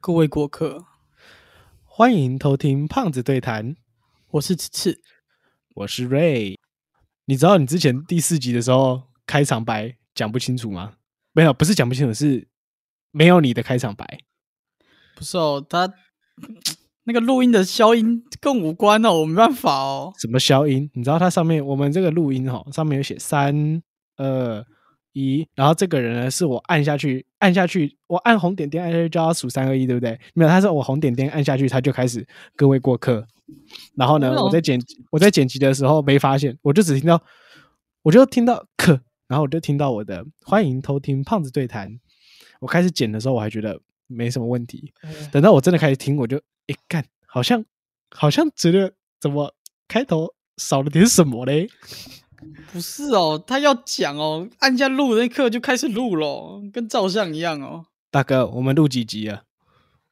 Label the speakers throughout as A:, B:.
A: 各位过客，
B: 欢迎偷听胖子对谈，
A: 我是吃吃。
B: 我是 Ray。你知道你之前第四集的时候开场白讲不清楚吗？没有，不是讲不清楚，是没有你的开场白。
A: 不是哦，他那个录音的消音更无关哦，我没办法哦。
B: 什么消音？你知道它上面我们这个录音哈、上面有写三呃二一，然后这个人呢是我按下去，按下去，我按红点点按下去叫他数三二一，对不对？没有，他是我红点点按下去，他就开始各位过客。然后呢，
A: 哦
B: 我在剪我在剪辑的时候没发现，我就只听到，我就听到可，然后我就听到我的欢迎偷听胖子对谈。我开始剪的时候我还觉得没什么问题，等到我真的开始听，我就诶干，好像好像觉得怎么开头少了点什么嘞？
A: 不是哦，他要讲哦，按下录的那一刻就开始录咯，跟照相一样哦。
B: 大哥，我们录几集了？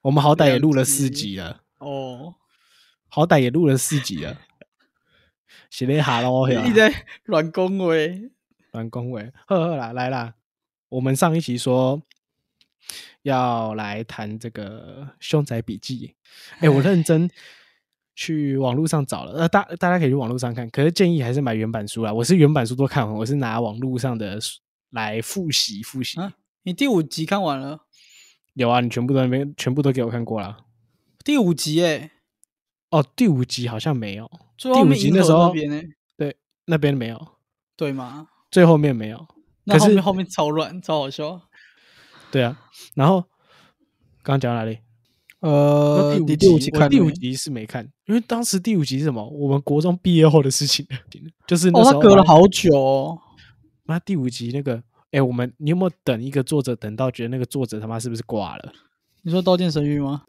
B: 我们好歹也
A: 两
B: 录了四
A: 集
B: 集了，
A: 哦，
B: 好歹也录了四集了。写嘞 哈喽，嘿啊
A: 一直在软恭维，
B: 阮恭维，呵呵啦，来啦！我们上一期说要来谈这个《凶宅笔 记》，哎，我认真去网络上找了，呃，大大家可以去网络上看，可是建议还是买原版书啦。我是原版书都看完，我是拿网络上的书来复习复习。
A: 啊你第五集看完了？
B: 有啊，你全部都没，全部都给我看过啦。
A: 第五集诶，
B: 哦，第五集好像没有，
A: 最后面
B: 第五集
A: 银
B: 那
A: 河
B: 时候
A: 那边诶，
B: 那边没有，
A: 对吗？
B: 最后面没有。
A: 那后
B: 可是
A: 面后面超乱，超好笑。
B: 对啊，然后刚刚讲到哪里？
A: 呃，
B: 第
A: 你
B: 五
A: 第
B: 集
A: 五集
B: 我
A: 看了
B: 第五
A: 没
B: 集是没看，因为当时第五集是什么？我们国中毕业后的事情， 就是那
A: 哦，
B: 时
A: 他
B: 候
A: 隔了
B: 哇。
A: 好久哦。
B: 妈，第五集那个，哎，我们你有没有等一个作者等到觉得那个作者他妈是不是挂了？
A: 你说《刀剑神域》 吗？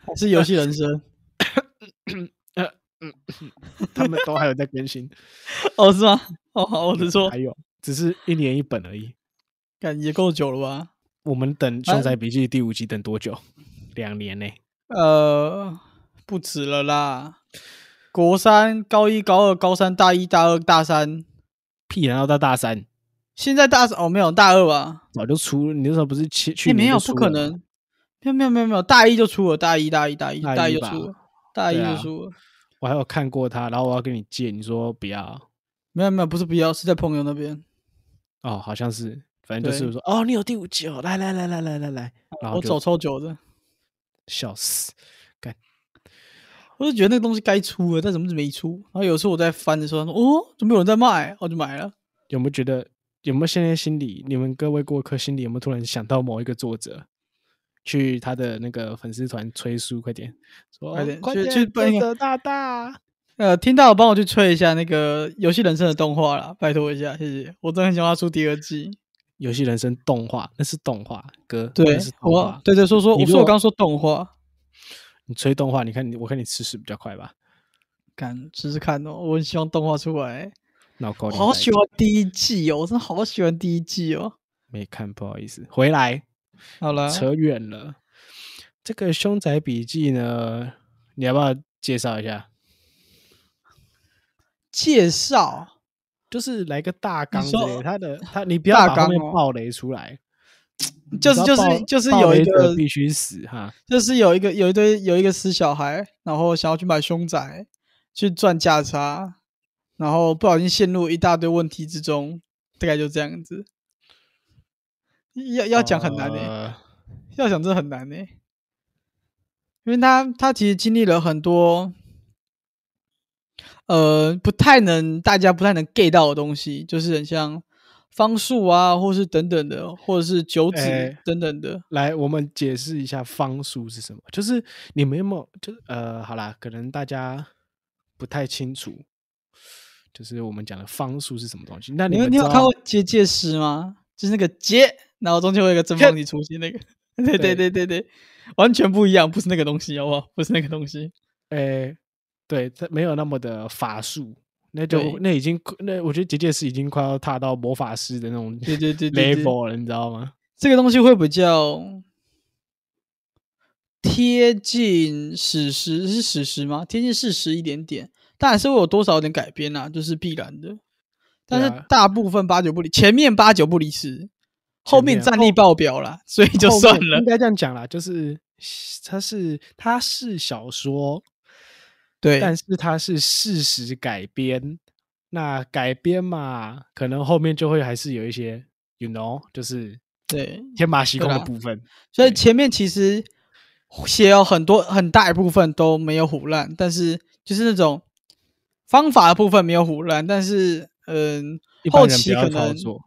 A: 还是游戏人生？
B: 他们都还有在更 新，
A: 哦，是吗？哦，好，我是 说
B: 还，有只是一年一本而已。
A: 感也够久了吧？
B: 我们等《
A: 哎
B: 凶宅笔记》第五集等多久？两年呢、
A: 呃，不止了啦。国三、高一、高二、高三、大一、大二、大三，
B: 屁！然后到大三
A: 现在大哦没有大二吧？
B: 早就出了，你那哎时候不是去去
A: 也没
B: 年
A: 有，
B: 就
A: 不
B: 出
A: 可
B: 了吗
A: 能。没有没有没有没有，大一就出了，大一大一大一
B: 大
A: 大
B: 一
A: 一就
B: 吧
A: 出了，大一
B: 对啊
A: 就出了。
B: 我还有看过他，然后我要跟你借，你说不要
A: 没有没有，不是不要，是在朋友那边。
B: 哦，好像是，反正就是
A: 对
B: 我说哦，你有第五集哦，来来来来来来来，然后
A: 我
B: 就
A: 走超久的，
B: 笑死，
A: 我就觉得那个东西该出了，但怎么一直没出？然后有时候我在翻的时候，他说哦，怎么有人在卖？我就买了。
B: 有没有觉得有没有现在心里，你们各位过客心里有没有突然想到某一个作者，去他的那个粉丝团催书，快点说，
A: 快点
B: 快
A: 去
B: 点
A: 去
B: 作
A: 办一个
B: 者大大，
A: 呃，听到的帮我去催一下那个《游戏人生》的动画啦，拜托一下，谢谢。我真的很想要出第二季。
B: 游戏人生动画，那是动画哥，
A: 对
B: 那是，动
A: 我
B: 画。
A: 对对说说，
B: 你
A: 我
B: 如
A: 说我
B: 果
A: 刚说动画，
B: 你催动画，你看你我看你吃屎比较快吧，
A: 敢试试看哦。我很希望动画出来，
B: 脑沟
A: 我
B: 里
A: 好
B: 带
A: 喜
B: 着
A: 欢第一季哦，我真的好喜欢第一季哦。
B: 没看，不好意思，回来
A: 好了，
B: 扯远了。这个《凶宅笔记》呢，你要不要介绍一下？
A: 介绍
B: 就是来个大纲之
A: 说
B: 类的，他的他，你不要
A: 大
B: 把后
A: 纲
B: 面
A: 哦
B: 爆雷出来。
A: 就是
B: 你
A: 就
B: 知道
A: 是
B: 暴
A: 就是
B: 暴
A: 有一
B: 雷者
A: 个
B: 必须死哈，
A: 就是有一个有一堆有一个死小孩，然后想要去买凶宅，去赚价差，然后不小心陷入一大堆问题之中，大概就这样子。要要讲很难诶、欸
B: 呃
A: 要讲这很难呢、欸因为他他其实经历了很多，呃，不太能大家不太能 get 到的东西，就是很像方术啊，或是等等的，或者是九子
B: 哎
A: 等等的。
B: 来，我们解释一下方术是什么，就是你们有没有，就是呃，好啦，可能大家不太清楚，就是我们讲的方术是什么东西。那
A: 你
B: 们
A: 你
B: 知
A: 有
B: 道
A: 看过结界师吗？就是那个结，然后中间会有一个正方体出现那 个。对对对对对，完全不一样，不是那个东西，好不好？不是那个东西。
B: 诶，对，它没有那么的法术，那就
A: 对
B: 那已经那我觉得结界师已经快要踏到魔法师的那种
A: 对对对对对
B: level 了，你知道吗？
A: 这个东西会比较贴近史实，是史实吗？贴近事实一点点，但还是会有多少有点改编啦、啊，就是必然的。但
B: 对
A: 是
B: 啊
A: 大部分八九不离，前面八九不离十，后面战力爆表了，所以 就
B: 后
A: 算
B: 面
A: 了
B: 应。该这样讲啦，就是它是它是小说，
A: 对，
B: 但是它是事实改编。那改编嘛，可能后面就会还是有一些，you know，就是
A: 对，
B: 天马行
A: 对啊
B: 空的
A: 啦
B: 部分。
A: 所以
B: 对
A: 前面其实写有很多很大一部分都没有胡乱，但是就是那种方法的部分没有胡乱，但是嗯，
B: 一般
A: 后
B: 人不
A: 期可
B: 要操
A: 能
B: 作，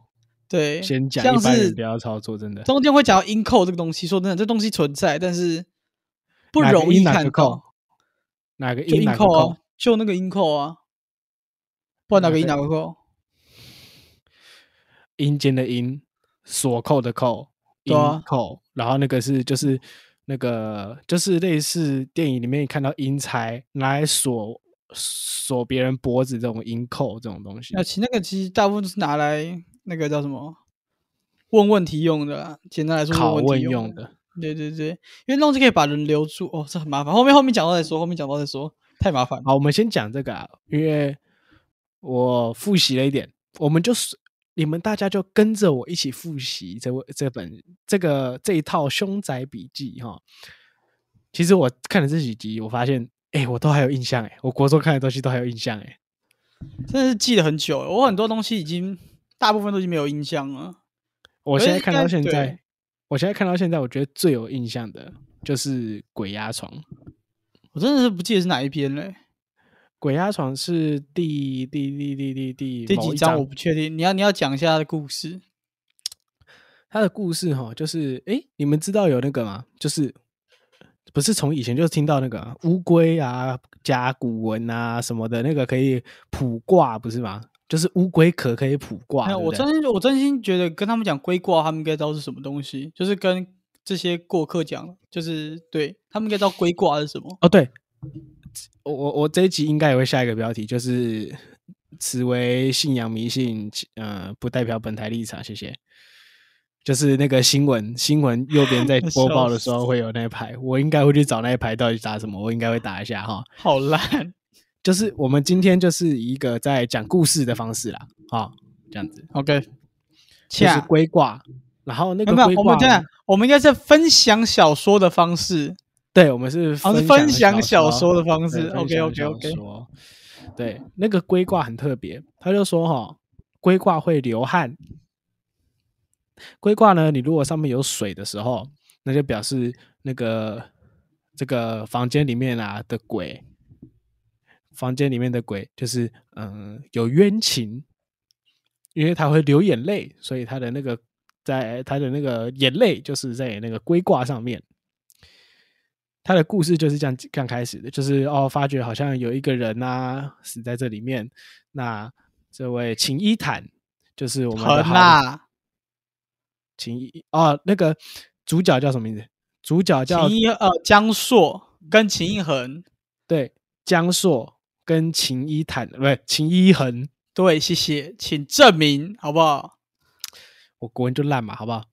A: 对，
B: 先讲
A: 像
B: 一般
A: 是
B: 人不要操作，真的
A: 中间会讲到音扣这个东西，说真的，这东西存在，但是不
B: 哪个
A: 容
B: 音
A: 易
B: 哪
A: 看
B: 个
A: 到
B: 扣，，哪个
A: 就
B: 音
A: 音
B: 哪个
A: 扣
B: 扣
A: 啊，，就那个音扣啊，不然哪
B: 哪
A: 个音
B: 个
A: 哪个扣？
B: 阴间的阴，锁扣的扣，
A: 对
B: 音
A: 啊
B: 扣，然后那个是就是那个就是类似电影里面看到阴差拿来锁锁别人脖子这种阴扣这种东西
A: 那，其那个其实大部分都是拿来那个叫什么问问题用的啦，简单来说是
B: 拷
A: 问
B: 问
A: 题用
B: 用
A: 的。
B: 的。
A: 对对对，因为弄就可以把人留住哦，这很麻烦。后面后面讲到再说，后面讲到再说，太麻烦了。
B: 好，我们先讲这个啊，因为我复习了一点，我们就是你们大家就跟着我一起复习这位这本这个这一套《凶宅笔记》哈。其实我看了这几集，我发现，哎、我都还有印象哎、我国中看的东西都还有印象哎、
A: 真的是记得很久，欸我很多东西已经大部分都已经没有印象了。
B: 我
A: 可
B: 现
A: 是
B: 在
A: 应
B: 看到
A: 该
B: 现
A: 对
B: 在，我现在看到现在，我觉得最有印象的就是鬼压床。
A: 我真的是不记得是哪一篇嘞，
B: 鬼压床是第第第第第第
A: 第
B: 某
A: 几
B: 一
A: 章我不确定。你要你要讲一下它的故事，
B: 他的故事哈，就是诶，你们知道有那个吗？就是不是从以前就听到那个啊乌龟啊、甲骨文啊什么的那个可以卜卦，不是吗？就是乌龟壳可以卜卦，
A: 没有，
B: 对
A: 哎我
B: 不对
A: 真心我真心觉得跟他们讲龟卦，他们应该知道是什么东西，就是跟这些过客讲，就是对他们应该知道龟卦是什么。
B: 哦，对，我我我这一集应该也会下一个标题，就是此为信仰迷信，其呃，不代表本台立场，谢谢。就是那个新闻，新闻右边在
A: 笑
B: 播报的时候会有那一排，我应该会去找那一排到底打什么，我应该会打一下哈。
A: 好烂
B: 就是我们今天就是以一个在讲故事的方式啦，啊、这样子，
A: ，OK，
B: 就是
A: 恰
B: 龟卦，然后那
A: 没
B: 个
A: 有没
B: 龟
A: 有，我
B: 卦
A: 们这样，我们应该是分享小说的方式，
B: 对，我们是
A: 哦是分享小说的方式
B: 对分享
A: OK，OK，OK
B: 小说对，那个龟卦很特别，他就说哈、龟卦会流汗。龟卦呢，你如果上面有水的时候，那就表示那个这个房间里面啊的鬼，房间里面的鬼就是嗯、有冤情，因为他会流眼泪，所以他的那个在他的那个眼泪就是在那个龟卦上面。他的故事就是这样这样开始的，就是哦，发觉好像有一个人啊死在这里面。那这位秦一坦就是我们
A: 很
B: 的好
A: 啦，
B: 秦一哦，那个主角叫什么名字？主角叫
A: 秦一呃江硕跟秦一恒，
B: 对江硕跟秦一坦，不是秦一恒，
A: 对，谢谢，请证明好不好？
B: 我国文就烂嘛，好不好？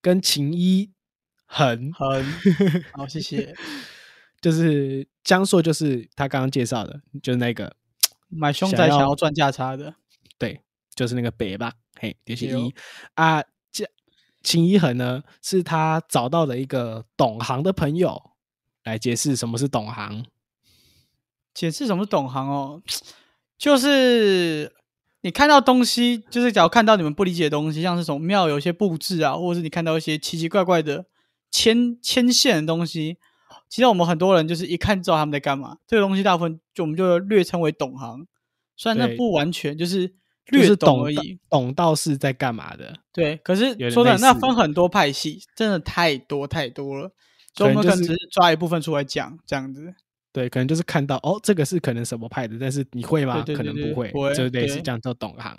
B: 跟秦一恒
A: 很好，谢谢。
B: 就是江硕，就是他刚刚介绍的，就是那个
A: 买凶
B: 想
A: 宅想
B: 要
A: 要赚价差的，
B: 对，就是那个北吧，嘿，就是
A: 对哦
B: 一啊，这秦一恒呢，是他找到的一个懂行的朋友来解释什么是懂行。
A: 解释什么是懂行哦，就是你看到东西，就是假如看到你们不理解的东西，像是什么庙有一些布置啊，或者是你看到一些奇奇怪怪的牵牵线的东西，其实我们很多人就是一看知道他们在干嘛，这个东西大部分就我们就略称为懂行，虽然那
B: 对
A: 不完全，就是
B: 就
A: 略
B: 是
A: 懂
B: 懂
A: 而
B: 到
A: 已。
B: 懂道士在干嘛的，
A: 对，可是
B: 点
A: 说真的
B: 类
A: 那
B: 似
A: 分很多派系，真的太多太多了，所以我
B: 可能
A: 们可能
B: 就是
A: 只是抓一部分出来讲这样子。
B: 对，可能就是看到哦，这个是可能什么派的，但是你会吗？
A: 对对
B: 可
A: 对
B: 能
A: 对
B: 不会，
A: 不会
B: 就类似
A: 对
B: 这样叫懂行。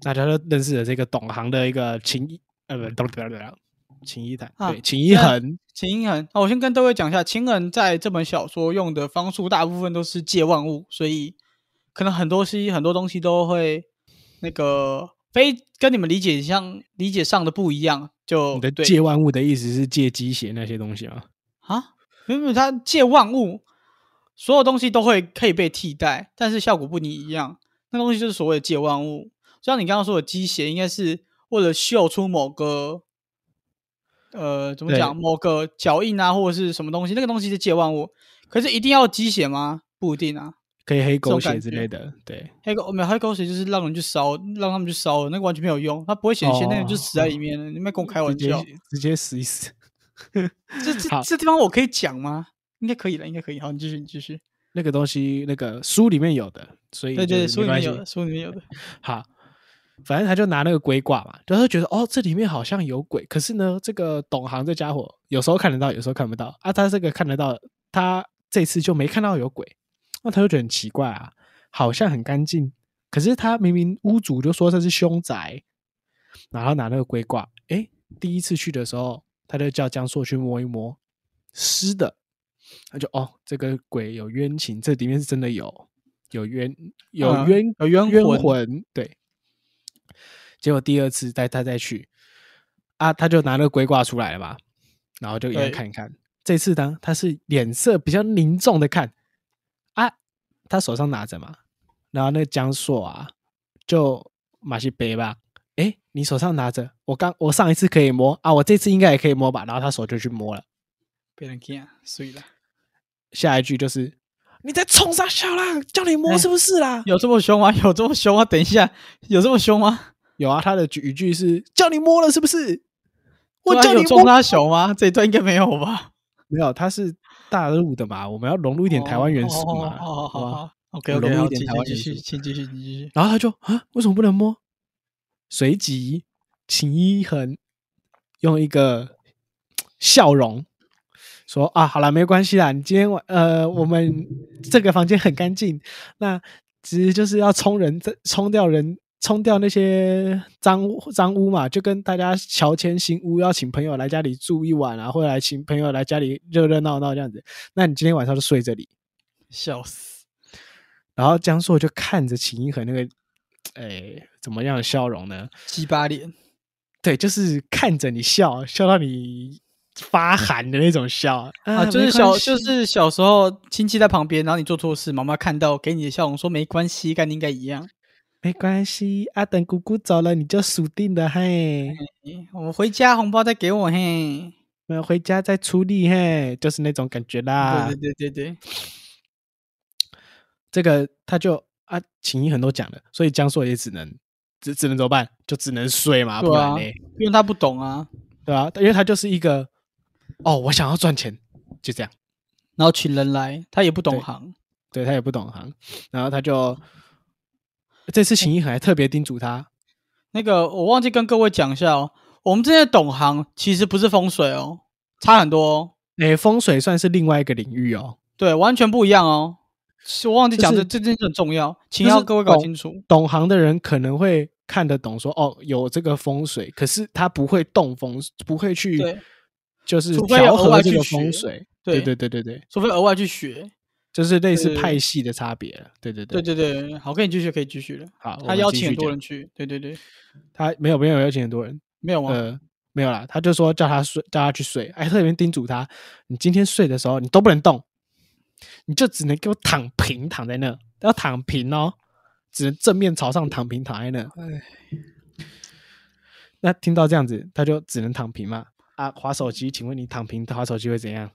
B: 大家都认识了这个懂行的一个秦一，呃，不，懂懂懂，秦一坦，
A: 啊
B: 对，秦一
A: 那
B: 恒，
A: 秦恒，哦，我先跟各位讲一下，秦恒在这本小说用的方术大部分都是借万物，所以可能很多西很多东西都会那个非跟你们理解像理解上的不一样，就
B: 你的
A: 哦对
B: 借万物的意思是借鸡血那些东西吗？
A: 啊，没有没有，他借万物，所有东西都会可以被替代，但是效果不一样。那东西就是所谓的借万物，就像你刚刚说的鸡血，应该是为了秀出某个呃怎么
B: 对
A: 讲某个脚印啊或者是什么东西，那个东西是借万物，可是一定要鸡血吗？不一定啊。
B: 可以黑狗
A: 种
B: 血
A: 感
B: 之
A: 觉
B: 类的，对，
A: 黑狗没有黑狗血就是让人去烧，让他们去烧，那个完全没有用，它不会显现，那个人就
B: 哦
A: 死在里面了。你们跟我开玩
B: 直接
A: 笑？
B: 直接死一死。
A: 这这
B: 好
A: 这地方我可以讲吗？应该可以了，应该可以。好，你继续，你继续。
B: 那个东西，那个书里面有的，所以
A: 对对
B: 就
A: 对，
B: 是
A: 书
B: 没
A: 里
B: 关
A: 面
B: 系
A: 有的，书里面有的。
B: 好，反正他就拿那个龟卦嘛，然后就觉得哦，这里面好像有鬼，可是呢，这个董行这家伙有时候看得到，有时候看不到啊。他这个看得到，他这次就没看到有鬼，那他就觉得很奇怪啊，好像很干净，可是他明明屋主就说这是凶宅，然后拿那个龟卦，诶，第一次去的时候，他就叫江硕去摸一摸，湿的。他就哦，这个鬼有冤情，这里面是真的有有冤啊有
A: 嗯
B: 冤、
A: 有冤
B: 冤
A: 魂
B: 魂，对。结果第二次带他再去啊，他就拿那个龟卦出来了嘛，然后就一样
A: 对
B: 看一看。这次呢，他是脸色比较凝重的看啊，他手上拿着嘛，然后那个江硕啊，就马西背吧，诶，你手上拿着，我刚我上一次可以摸啊，我这次应该也可以摸吧，然后他手就去摸了。
A: 别人
B: 啊
A: 看，所以啦，
B: 下一句就是你在冲啥笑啦？叫你摸
A: 哎
B: 是不是啦？
A: 有这么凶吗？ 有这么凶吗？等一下，有这么凶吗？
B: 有啊，他的语句是叫你摸了是不是？我
A: 对啊
B: 叫你
A: 有
B: 摸
A: 中他小吗？这一段应该没有吧？
B: 没有，他是大陆的嘛，我们要融入一
A: 一
B: 点台湾元素嘛，
A: 好哦好好
B: 吧
A: 好，OK OK，
B: 融入
A: 好，
B: 一点
A: 请
B: 台湾
A: 继
B: 元
A: 续，
B: 素
A: 请继续，请继续。
B: 然后他就啊，为什么不能摸？随即秦一恒用一个笑容说啊，好了，没关系啦，你今天晚呃，我们这个房间很干净，那其实就是要冲人，冲掉人。冲掉那些脏污脏污嘛，就跟大家乔迁新屋，要请朋友来家里住一晚啊，或者来请朋友来家里热热闹闹这样子。那你今天晚上就睡这里，
A: 笑死！
B: 然后江硕就看着秦一恒那个，哎，怎么样的笑容呢？
A: 鸡巴脸，
B: 对，就是看着你笑，笑到你发寒的那种笑
A: 啊，就
B: 没
A: 是小
B: 关
A: 就
B: 系
A: 是小时候亲戚在旁边，然后你做错事，妈妈看到给你的笑容说没关系，跟你应该一样。
B: 没关系啊，等姑姑走了你就数定了
A: 嗯
B: 嘿，
A: 诶我们回家红包再给我嘿。
B: 我们回家再处理嘿，就是那种感觉啦。
A: 对对对对对，
B: 这个他就啊，秦一恒都讲了，所以江硕也只能只只能怎么办？就只能睡嘛，
A: 对
B: 不然
A: 啊
B: 嘞，
A: 因为他不懂啊，
B: 对啊，因为他就是一个哦，我想要赚钱，就这样。
A: 然后请人来，他也不懂
B: 对
A: 行。
B: 对他也不懂行，然后他就这次秦一恒还特别叮嘱他，
A: 那个我忘记跟各位讲一下哦，我们这些懂行其实不是风水哦，差很多哦，
B: 诶、哎风水算是另外一个领域哦。
A: 对，完全不一样哦。是我忘记
B: 就
A: 讲
B: 是
A: 这这件事很重要，请
B: 就是
A: 要各位搞
B: 懂
A: 清楚。
B: 懂行的人可能会看得懂说，哦，有这个风水，可是他不会动风，不会去
A: 对，
B: 就是
A: 除非
B: 调
A: 有额
B: 和
A: 外
B: 这
A: 去
B: 个
A: 学
B: 风水。
A: 对
B: 对对对对，
A: 除非额外去学。
B: 就是类似
A: 对
B: 派系的差别了。对对
A: 对
B: 对，
A: 对对，好，可以继续，可以继续了。
B: 好，我
A: 他
B: 们
A: 邀
B: 继
A: 请很
B: 续
A: 多
B: 讲
A: 人，去，对对对，
B: 他没有没有邀请很多人，
A: 没有吗？
B: 呃，没有啦，他就说叫他睡，叫他去睡，还特别叮嘱他，你今天睡的时候你都不能动，你就只能给我躺平，躺在那，要躺平哦，只能正面朝上躺平，躺在那。那听到这样子，他就只能躺平嘛。啊，划手机，请问你躺平划手机会怎样？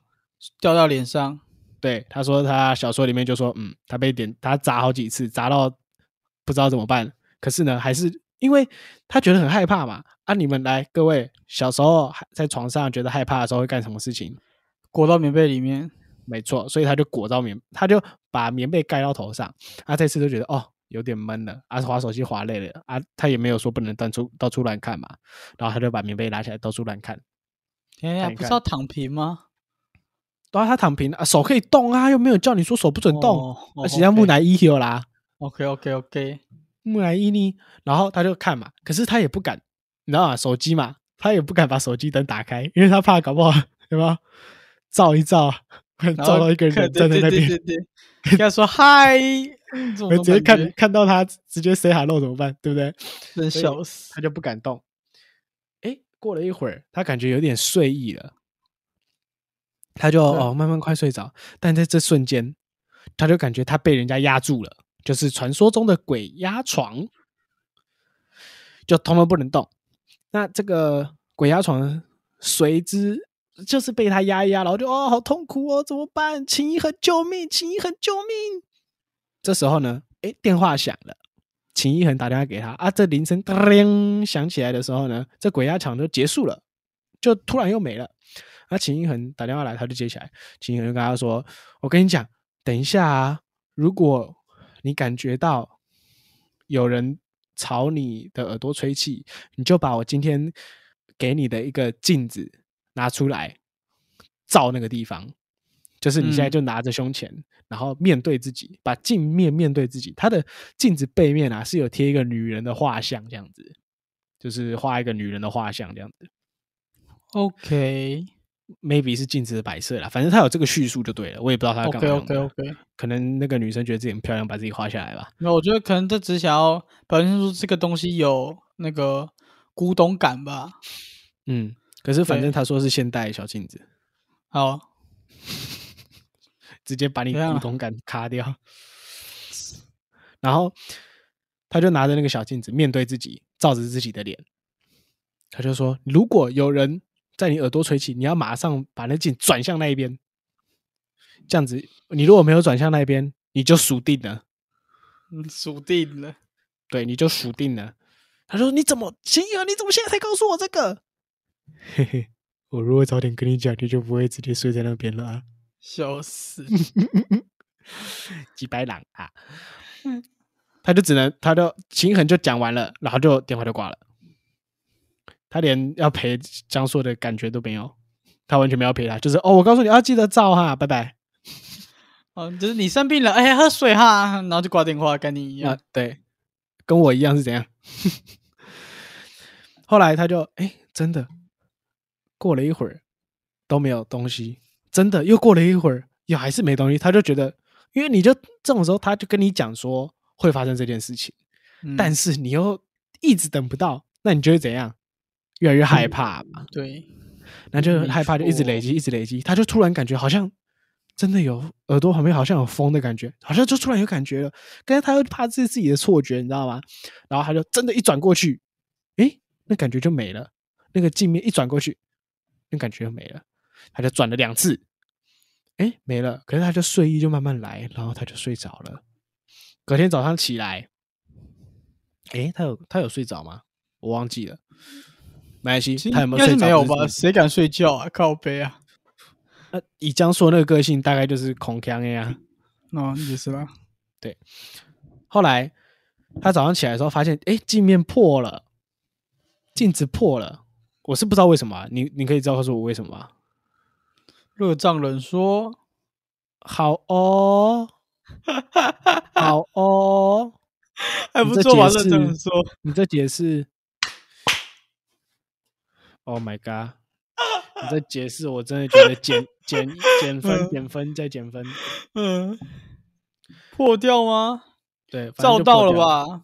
A: 掉到脸上，
B: 对，他说他小说里面就说，嗯，他被点他砸好几次，砸到不知道怎么办。可是呢，还是因为他觉得很害怕嘛。啊，你们来，各位，小时候还在床上觉得害怕的时候会干什么事情？
A: 裹到棉被里面。
B: 没错，所以他就裹到棉，他就把棉被盖到头上。啊，这次就觉得哦，有点闷了，啊，滑手机滑累了，啊，他也没有说不能到处到处乱看嘛。然后他就把棉被拉起来到处乱看，
A: 哎呀，
B: 看一
A: 不是
B: 看
A: 要躺平吗？
B: 然后他躺平啊，手可以动啊，又没有叫你说手不准动，啊
A: 哦，
B: 而且像木乃伊有啦。
A: OK OK OK，
B: 木乃伊呢，然后他就看嘛，可是他也不敢，你知道吗？手机嘛，他也不敢把手机灯打开，因为他怕搞不好有没有照一照，会
A: 然
B: 照
A: 后
B: 到一个
A: 看
B: 人
A: 对
B: 站在
A: 对
B: 那
A: 对对
B: 边，
A: 对，跟他说嗨， 这种
B: 会直接
A: 感
B: 看
A: 觉
B: 看到他直接 say hello 怎么办？对不对？
A: 真
B: 所以
A: 笑死。
B: 他就不敢动。诶，过了一会儿，他感觉有点睡意了，他就
A: 对
B: 哦慢慢快睡着，但在这瞬间，他就感觉他被人家压住了，就是传说中的鬼压床，就通通不能动。那这个鬼压床随之就是被他压一压，然后就哦好痛苦哦，怎么办？秦一恒救命！秦一恒救命！这时候呢，哎，电话响了，秦一恒打电话给他啊，这铃声叮响起来的时候呢，这鬼压床就结束了，就突然又没了。那秦一恒打电话来，他就接起来，秦一恒就跟他说：“我跟你讲，等一下啊，如果你感觉到有人朝你的耳朵吹气，你就把我今天给你的一个镜子拿出来，照那个地方。就是你现在就拿着胸前，然后面对自己，把镜面面对自己。它的镜子背面啊是有贴一个女人的画像，这样子，就是画一个女人的画像这样子。
A: OK
B: maybe 是镜子的摆设啦，反正他有这个叙述就对了，我也不知道他干嘛
A: OK
B: 用
A: OK
B: 的
A: OK，
B: 可能那个女生觉得自己很漂亮，把自己画下来吧。
A: 那我觉得可能他只想要表现出这个东西有那个古董感吧。
B: 嗯，可是反
A: 对
B: 正他说是现代小镜子，
A: 好，
B: 直接把你
A: 怎样啊
B: 古铜感卡掉。然后他就拿着那个小镜子面对自己，照着自己的脸，他就说：“如果有人在你耳朵吹气，你要马上把那镜转向那一边。这样子，你如果没有转向那一边，你就输定了。”
A: 嗯，属定了。
B: 对，你就数定了。他说：“你怎么，秦宇，你怎么现在才告诉我这个？”嘿嘿，我如果早点跟你讲，你就不会直接睡在那边了啊！
A: 笑 死！
B: 几白狼啊！他就只能，他就秦恒就讲完了，然后就电话就挂了。他连要陪江硕的感觉都没有，他完全没有陪他，就是哦，我告诉你要记得照哈，拜拜。
A: 哦，就是你生病了，哎、喝水哈，然后就挂电话，跟你一样。
B: 啊，对，跟我一样是怎样？ 后来他就哎、诶真的过了一会儿都没有东西，真的又过了一会儿又还是没东西，他就觉得，因为你就这种时候，他就跟你讲说会发生这件事情，
A: 嗯
B: 但是你又一直等不到，那你就会怎样？越来越害怕嘛，
A: 对，
B: 那就
A: 没
B: 害怕，就一直累
A: 错
B: 积，一直累积，他就突然感觉好像真的有耳朵旁边好像有风的感觉，好像就突然有感觉了。但是他又怕这是自己的错觉，你知道吗？然后他就真的一转过去，诶，那感觉就没了。那个镜面一转过去，那感觉就没了。他就转了两次，诶，没了。可是他就睡意就慢慢来，然后他就睡着了。隔天早上起来，诶，他有他有睡着吗？我忘记了。没关系，
A: 其实
B: 他有没
A: 应该
B: 有睡
A: 是
B: 着？
A: 没有
B: 不是
A: 吧？谁敢睡觉啊？靠背啊！
B: 那以江硕那个个性，大概就是恐腔的呀。
A: 哦，也是啦。
B: 后来他早上起来的时候，发现哎，镜面破了，镜子破了。我是不知道为什么啊、你你可以知道告诉我为什么吗？
A: 热胀冷 缩，
B: 好哦，好哦，
A: 还
B: 你
A: 不
B: 这
A: 错吧？
B: 解
A: 热胀冷
B: 释
A: 缩，
B: 你这解释，Oh my god！你这解释我真的觉得减 减减分
A: 嗯
B: 减分再减分，
A: 嗯，破掉吗？
B: 对，反正
A: 照
B: 就
A: 到
B: 破
A: 了
B: 掉
A: 吧？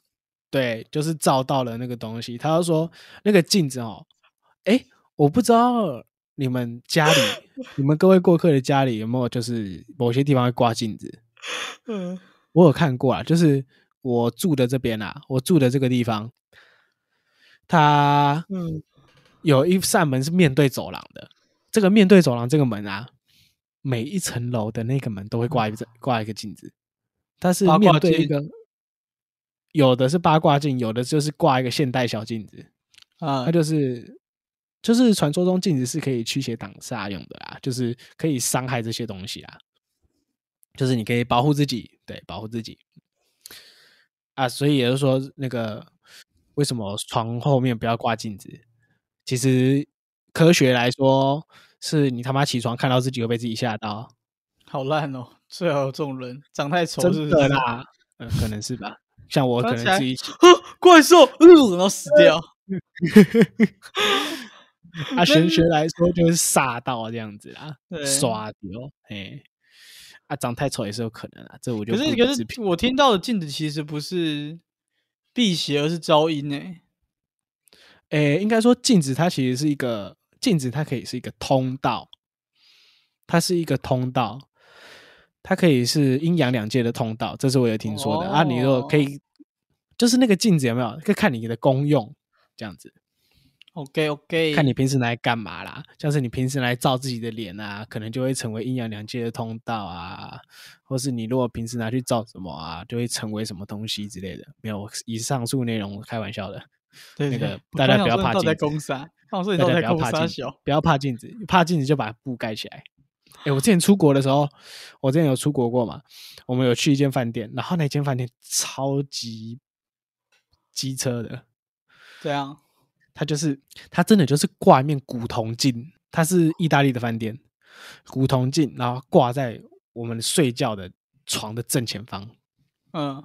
B: 对，就是照到了那个东西。他就说那个镜子哦，诶，我不知道你们家里，你们各位过客的家里有没有就是某些地方会挂镜子？
A: 嗯，
B: 我有看过啊，就是我住的这边啊，我住的这个地方，它
A: 嗯，
B: 有一扇门是面对走廊的。这个面对走廊这个门啊，每一层楼的那个门都会挂一个挂一个镜子，它是
A: 嗯八卦
B: 面对一
A: 镜
B: 个，有的是八卦镜，有的就是挂一个现代小镜子，
A: 啊
B: 它，就是就是传说中镜子是可以驱邪挡煞用的啦，就是可以伤害这些东西啦，就是你可以保护自己，对，保护自己啊，所以也就是说，那个为什么床后面不要挂镜子？其实科学来说，是你他妈起床看到自己会被自己吓到，
A: 好烂哦！最好有这种人，长太丑是
B: 真
A: 不
B: 的
A: 是？
B: 啦，嗯、可能是吧。像我可
A: 抓起
B: 能
A: 来
B: 自己起
A: 怪兽，呃，然后死 掉。
B: 啊，玄学来说就是煞到这样子啦。
A: 对，
B: 刷掉，哎，啊，长太丑也是有可能啊，这我就
A: 可是
B: 不
A: 可
B: 予置
A: 是
B: 评
A: 我听到的镜子其实不是辟邪，而是招阴欸诶、
B: 诶，应该说镜子它其实是一个镜子，它可以是一个通道，它是一个通道，它可以是阴阳两界的通道，这是我有听说的、啊。你如果可以，就是那个镜子有没有，可以看你的功用这样子。
A: OK OK，
B: 看你平时拿来干嘛啦。像是你平时拿来照自己的脸啊，可能就会成为阴阳两界的通道啊，或是你如果平时拿去照什么啊，就会成为什么东西之类的。没有，以上述内容开玩笑的，
A: 对
B: 那
A: 对
B: 个
A: 我
B: 大
A: 刚
B: 家
A: 想
B: 不
A: 说
B: 要
A: 你
B: 怕
A: 到底在
B: 镜子
A: 攻杀，那我说你
B: 大
A: 到底在
B: 家不要
A: 攻
B: 怕
A: 杀
B: 镜子
A: 小，，
B: 不要怕镜子，怕镜子就把布盖起来。哎、我之前出国的时候，我之前有出国过嘛，我们有去一间饭店，然后那间饭店超级机车的，
A: 这样
B: 它就是它真的就是挂一面古铜镜，它是意大利的饭店，古铜镜，然后挂在我们睡觉的床的正前方，
A: 嗯，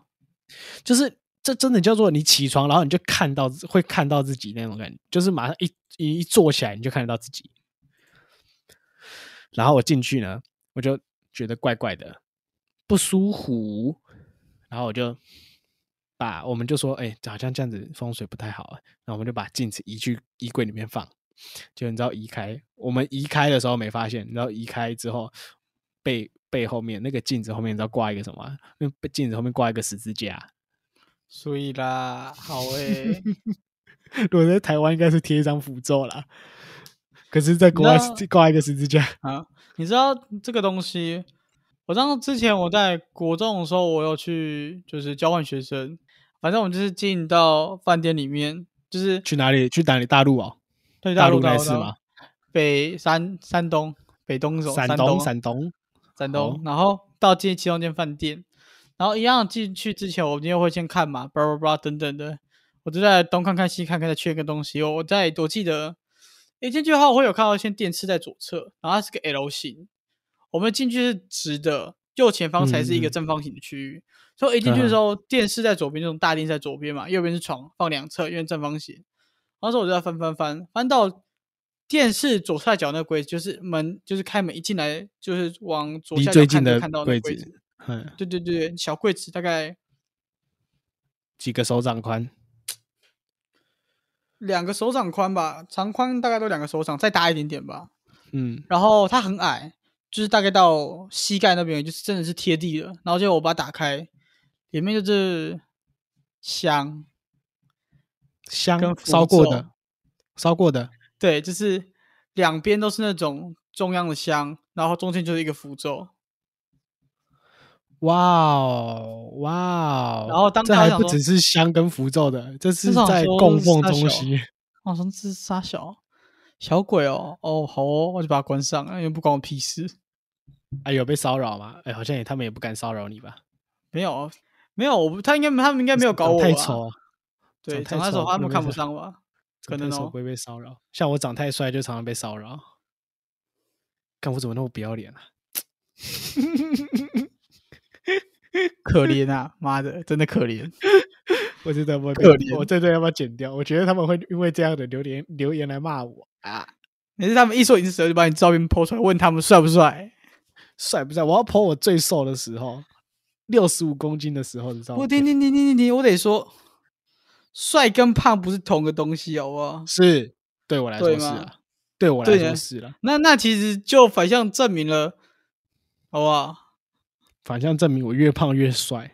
B: 就是这真的叫做你起床，然后你就看到会看到自己那种感觉，就是马上一一一坐起来你就看得到自己。然后我进去呢，我就觉得怪怪的，不舒服，然后我就把我们就说，哎、好像这样子风水不太好、啊，然后我们就把镜子移去衣柜里面放。就你知道移开，我们移开的时候没发现，你知道移开之后背背后面那个镜子后面你知道挂一个什么啊？那个镜子后面挂一个十字架，
A: 所以啦，好欸诶、
B: 如果在台湾应该是贴一张符咒啦，可是 在国外
A: 那
B: 是挂一个十字架，
A: 啊，你知道这个东西，我知道之前我在国中的时候，我有去就是交换学生，反正我们就是进到饭店里面，就是
B: 去哪里？去哪里？大陆哦，
A: 对
B: 大
A: 陆
B: 陆
A: 大
B: 那
A: 陆
B: 是
A: 大陆
B: 吗？
A: 北山山东北东走
B: 山
A: 东啊
B: 东，山哦东，
A: 山
B: 好
A: 东，然后到进其中一间饭店，然后一样进去之前，我一定会先看嘛，叭叭叭等等的，我就在东看看西看看，再确认个东西。我在我记得一进去后，我会有看到一些电视在左侧，然后它是个 L 型，我们进去是直的，右前方才是一
B: 嗯
A: 个
B: 嗯
A: 正方形的区域。所以我一进去的时候，电视在左边，这种大电视在左边嘛，右边是床放两侧，因为正方形。然后说我就在翻翻翻，翻到电视左下角那个柜子，就是门，就是开门一进来就是往左
B: 离
A: 下角
B: 最近
A: 看就
B: 的
A: 看到那
B: 柜
A: 个柜
B: 子
A: 子，，
B: 嗯，
A: 对对对，小柜子大概
B: 几个手掌宽，
A: 两个手掌宽吧，长宽大概都两个手掌，再大一点点吧。
B: 嗯，
A: 然后它很矮，就是大概到膝盖那边，就是真的是贴地了。然后结果我把它打开，里面就是香，
B: 香
A: 跟符
B: 烧过
A: 咒
B: 的，烧过的，
A: 对，就是两边都是那种中央的香，然后中间就是一个符咒。
B: 哇哦，哇哦，
A: 然后当
B: 这
A: 下我
B: 还
A: 想
B: 不
A: 说
B: 只是香跟符咒的，这是
A: 想
B: 在
A: 说
B: 供奉
A: 傻
B: 东
A: 小
B: 西，
A: 我说这是傻小小鬼哦，哦好哦，我就把它关上，因为不关我屁事。
B: 哎，有被骚扰吗？哎，好像也他们也不敢骚扰你吧？
A: 没有没有，我不他应该他们应该没有搞
B: 长
A: 我、啊，
B: 太丑，
A: 对，长
B: 长太
A: 太丑
B: 丑
A: 他们
B: 会被
A: 看不
B: 他
A: 上 吧？ 可
B: 长太
A: 能
B: 丑
A: 哦
B: 不会被骚扰。像我长太帅就常常被骚扰。看我怎么那么不要脸啊！
A: 可怜啊，妈的，真的可怜。
B: 我真的我
A: 可怜
B: 我这段要不要剪掉？我觉得他们会因为这样的留言留言来骂我啊！
A: 每次他们一说你是谁，就把你照片 po 出来，问他们帅不帅？
B: 帅不帅？我要剖我最瘦的时候，六十五公斤的时候，你知道吗
A: 我？停停停停停停，我得说，帅跟胖不是同个东西，好不好？
B: 是对我来说
A: 对
B: 是
A: 吗
B: 啊，对我来
A: 对
B: 说
A: 啊
B: 是了。
A: 那那其实就反向证明了，好不好？
B: 反向证明我越胖越帅。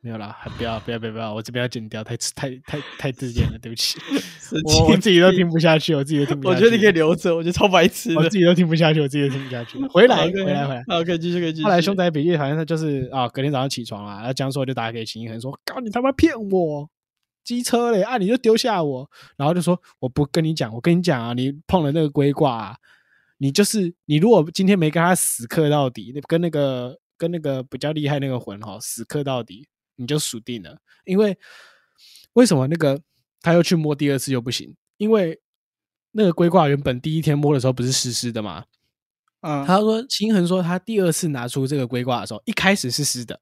B: 没有啦，还不要不要不要不要，我这边要剪掉，太太太太自恋了，对 不起。
A: 神
B: 我我
A: 经
B: 自己都
A: 病
B: 听不下去，我自己都听不
A: 我
B: 下
A: 觉
B: 去。
A: 得你可以留着，我觉得超白痴的
B: 我。自己都听不下去，我自己都听不下去。回来，
A: 好
B: 回来，回来。
A: 好，可以继续，可以继续。
B: 后来凶宅笔记好像他就是啊，隔天早上起床啊，然后江硕就打给秦一恒说：“告你他妈骗我，机车嘞啊，你就丢下我。”然后就说：“我不跟你讲，我跟你讲啊，你碰了那个龟卦、啊，你就是你如果今天没跟他死磕到底，那跟那个跟那个比较厉害那个魂哈、死磕到底，你就输定了。因为为什么那个他又去摸第二次又不行？因为那个龟卦原本第一天摸的时候不是湿湿的嘛，
A: 嗯，
B: 他说秦恒说他第二次拿出这个龟卦的时候，一开始是湿的，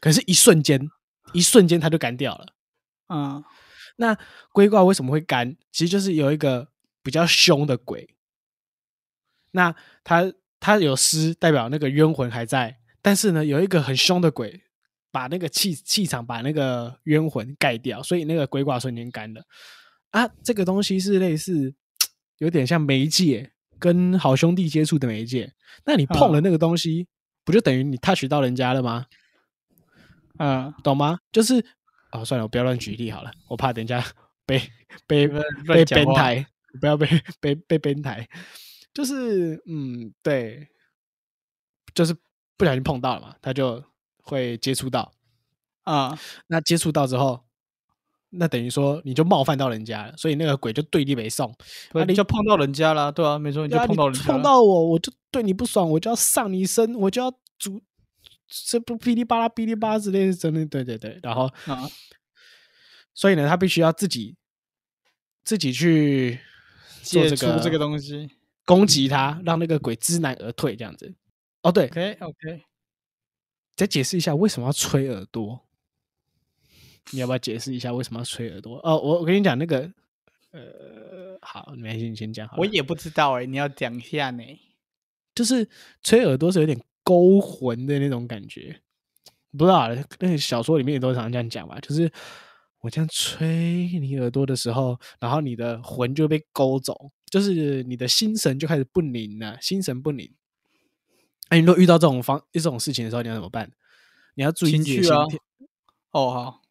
B: 可是一瞬间，一瞬间他就干掉了。
A: 嗯，
B: 那龟卦为什么会干？其实就是有一个比较凶的鬼，那他他有湿，代表那个冤魂还在，但是呢，有一个很凶的鬼。把那个气气场，把那个冤魂盖掉，所以那个龟卦瞬间干了啊！这个东西是类似，有点像媒介跟好兄弟接触的媒介。那你碰了那个东西，不就等于你 touch 到人家了吗？
A: 嗯，
B: 懂吗？就是哦，算了，我不要乱举例好了，我怕等一下 被被被
C: 乱
B: 被
C: 乱讲
B: 编
C: 话
B: 台，不要被被被编台，就是嗯，对，就是不小心碰到了嘛，他就会接触到。
A: 啊，
B: 那接触到之后，那等于说你就冒犯到人家了，所以那个鬼就对你没送。
A: 对，你就碰到人家啦，对啊，没错，你就
B: 对啊
A: 碰到人家了，
B: 碰到我，我就对你不爽，我就要上你一身，我就要煮这不噼里啪啦噼里啪啦之类的，真的对对对。然后，
A: 啊
B: 所以呢，他必须要自己自己去做
A: 解
B: 这
A: 除
B: 个
A: 这个东西。
B: 攻击他，让那个鬼知难而退这样子。哦，对，
A: OK OK，
B: 再解释一下为什么要吹耳朵？你要不要解释一下为什么要吹耳朵？哦，我我跟你讲那个，呃，好，没关系，你先讲好了。
A: 我也不知道哎，你要讲一下呢。
B: 就是吹耳朵是有点勾魂的那种感觉，不知道啊那个小说里面也都常常这样讲吧，就是我这样吹你耳朵的时候，然后你的魂就被勾走，就是你的心神就开始不宁了，心神不宁。哎，你如果遇到这种方这种事情的时候，你要怎么办？你要注意
A: 情
B: 自己的
A: 绪
B: 心
A: 啊
B: 跳
A: 哦好，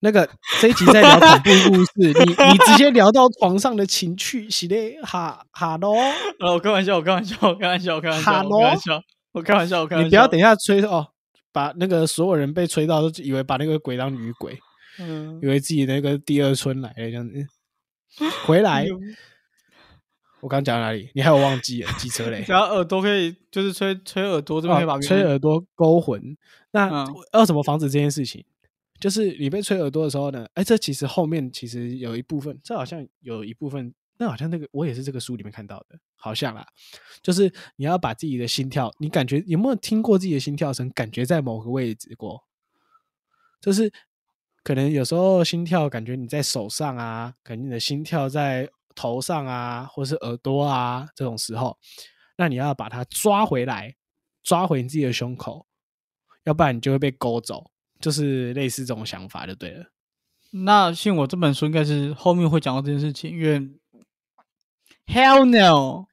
B: 那个这一集在聊恐怖故事， 你你直接聊到床上的情趣，系列哈哈喽。
A: 呃，我开玩笑，我开玩笑，我开玩笑，我开玩笑，我
B: Hello？
A: 开玩笑，我开玩笑，我开玩笑。
B: 你不要等一下吹哦，把那个所有人被吹到都以为把那个鬼当女 鬼，
A: 嗯，
B: 以为自己那个第二春来了这 样子。回来，我刚讲到哪里？你还有忘记了？机车嘞
A: 只？要耳朵可以，就是吹吹耳朵 这边可以把
B: 哦
A: 别
B: 吹
A: 人
B: 耳朵勾魂。那、
A: 嗯
B: 要怎么防止这件事情？就是你被吹耳朵的时候呢，哎，这其实后面其实有一部分，这好像有一部分，那好像那个我也是这个书里面看到的，好像啦，就是你要把自己的心跳，你感觉有没有听过自己的心跳声？感觉在某个位置过，就是可能有时候心跳感觉你在手上啊，感觉你的心跳在头上啊，或是耳朵啊这种时候，那你要把它抓回来，抓回你自己的胸口，要不然你就会被勾走，就是类似这种想法就对了。
A: 那信我这本书应该是后面会讲到这件事情，因为 Hell no！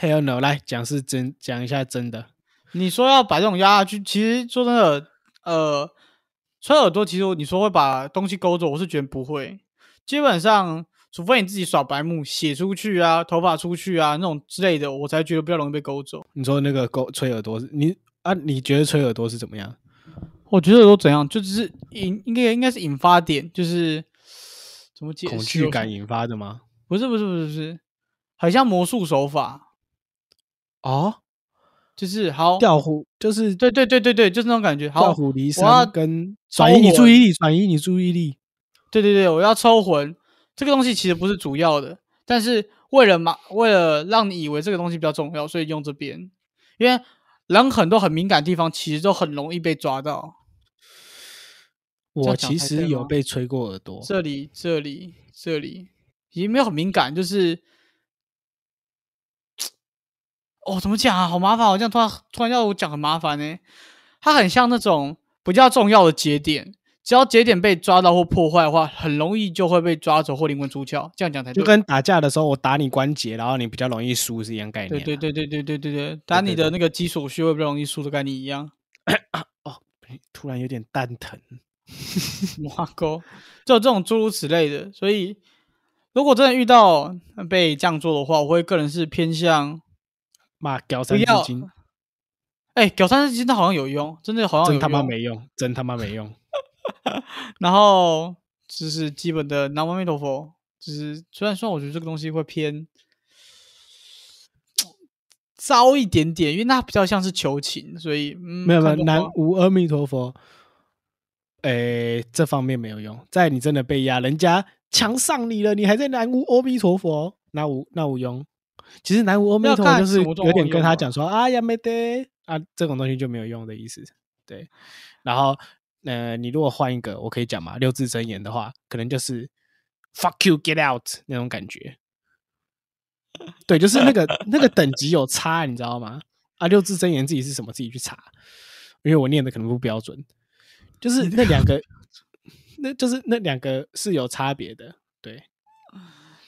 B: Hell no！来讲是真，讲一下真的。
A: 你说要把这种压下去，其实说真的，呃，吹耳朵，其实你说会把东西勾走，我是觉得不会。基本上，除非你自己耍白目，血出去啊，头发出去啊那种之类的，我才觉得比较容易被勾走。
B: 你说那个勾吹耳朵是，你啊，你觉得吹耳朵是怎么样？
A: 我觉得都怎样，就只是引应该应该是引发点，就是怎么解释？
B: 恐惧感引发的吗？
A: 不是不是不是不是，很像魔术手法，
B: 哦，
A: 就是好
B: 调虎就是
A: 对对对对对，就是那种感觉。
B: 调
A: 好，
B: 虎离
A: 我要欸
B: 山跟转移你
A: 招
B: 注
A: 魂
B: 意力，转移你注意力。
A: 对对对，我要抽魂，这个东西其实不是主要的，但是为了嘛，为了让你以为这个东西比较重要，所以用这边，因为人很多很敏感的地方，其实都很容易被抓到。这
B: 我
A: 样讲
B: 其
A: 才
B: 实
A: 对
B: 有
A: 吗啊
B: 被吹过耳朵，
A: 这里这里这里，也没有很敏感，就是。哦，怎么讲啊？好麻烦哦！我这样突然突然要我讲很麻烦呢、它很像那种比较重要的节点，只要节点被抓到或破坏的话，很容易就会被抓走或灵魂出窍。这样讲才对。
B: 就跟打架的时候我打你关节，然后你比较容易输是一样概念
A: 对
B: 啊。
A: 对对对对对对对，打
B: 对
A: 你
B: 对
A: 的那个基础穴位比较容易输的概念一样。
B: 突然有点蛋疼。
A: 挖沟，就有这种诸如此类的。所以，如果真的遇到呃被这样做的话，我会个人是偏向，
B: 骂屌
A: 不
B: 三字
A: 要哦
B: 经，
A: 哎、屌三十斤的好像有用，真的好像有嗯
B: 真
A: 用。
B: 他妈没用，真他妈没用。
A: 然后就是基本的南无阿弥陀佛，就是虽然说我觉得这个东西会偏糟一点点，因为那比较像是求情，所以嗯，
B: 没有没
A: 看，
B: 有
A: 动
B: 南
A: 画
B: 无阿弥陀佛。诶，这方面没有用，在你真的被压，人家强上你了，你还在南无阿弥陀佛，那无那无用。其实南无阿弥
A: 要
B: 陀佛
A: 看
B: 就是
A: 什么状
B: 有点
A: 况
B: 跟
A: 用
B: 他
A: 吧
B: 讲说啊呀没得啊，这种东西就没有用的意思。对，然后呃，你如果换一个，我可以讲嘛，六字真言的话，可能就是 fuck you get out 那种感觉。对，就是那个那个等级有差，你知道吗？啊，六字真言自己是什么，自己去查，因为我念的可能不标准。就是那两个，那就是那两个是有差别的。对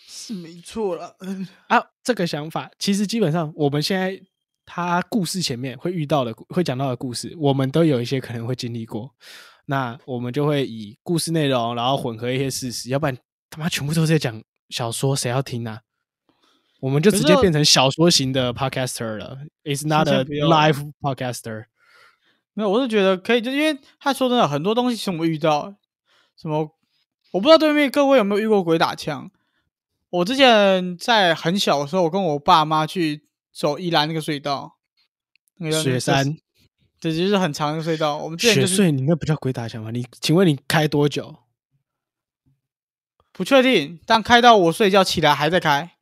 A: 是没错了。
B: 啊，这个想法其实基本上我们现在他故事前面会遇到的、会讲到的故事，我们都有一些可能会经历过。那我们就会以故事内容，然后混合一些事实，要不然他妈全部都是在讲小说，谁要听啊？我们就
A: 可
B: 直
A: 是
B: 接
A: 要
B: 变成小说型的 podcaster 了。It's not
A: 先
B: a
A: 不要
B: live podcaster。
A: 没有，我是觉得可以，就因为他说真的，很多东西是我们遇到的，什么我不知道对面各位有没有遇过鬼打墙。我之前在很小的时候，我跟我爸妈去走宜兰那个隧道，那个叫那
B: 雪
A: 个
B: 山，
A: 对，就是很长的隧道。我们之前
B: 雪
A: 就是
B: 隧，你那不叫鬼打墙吗？你请问你开多久？
A: 不确定，但开到我睡觉起来还在开，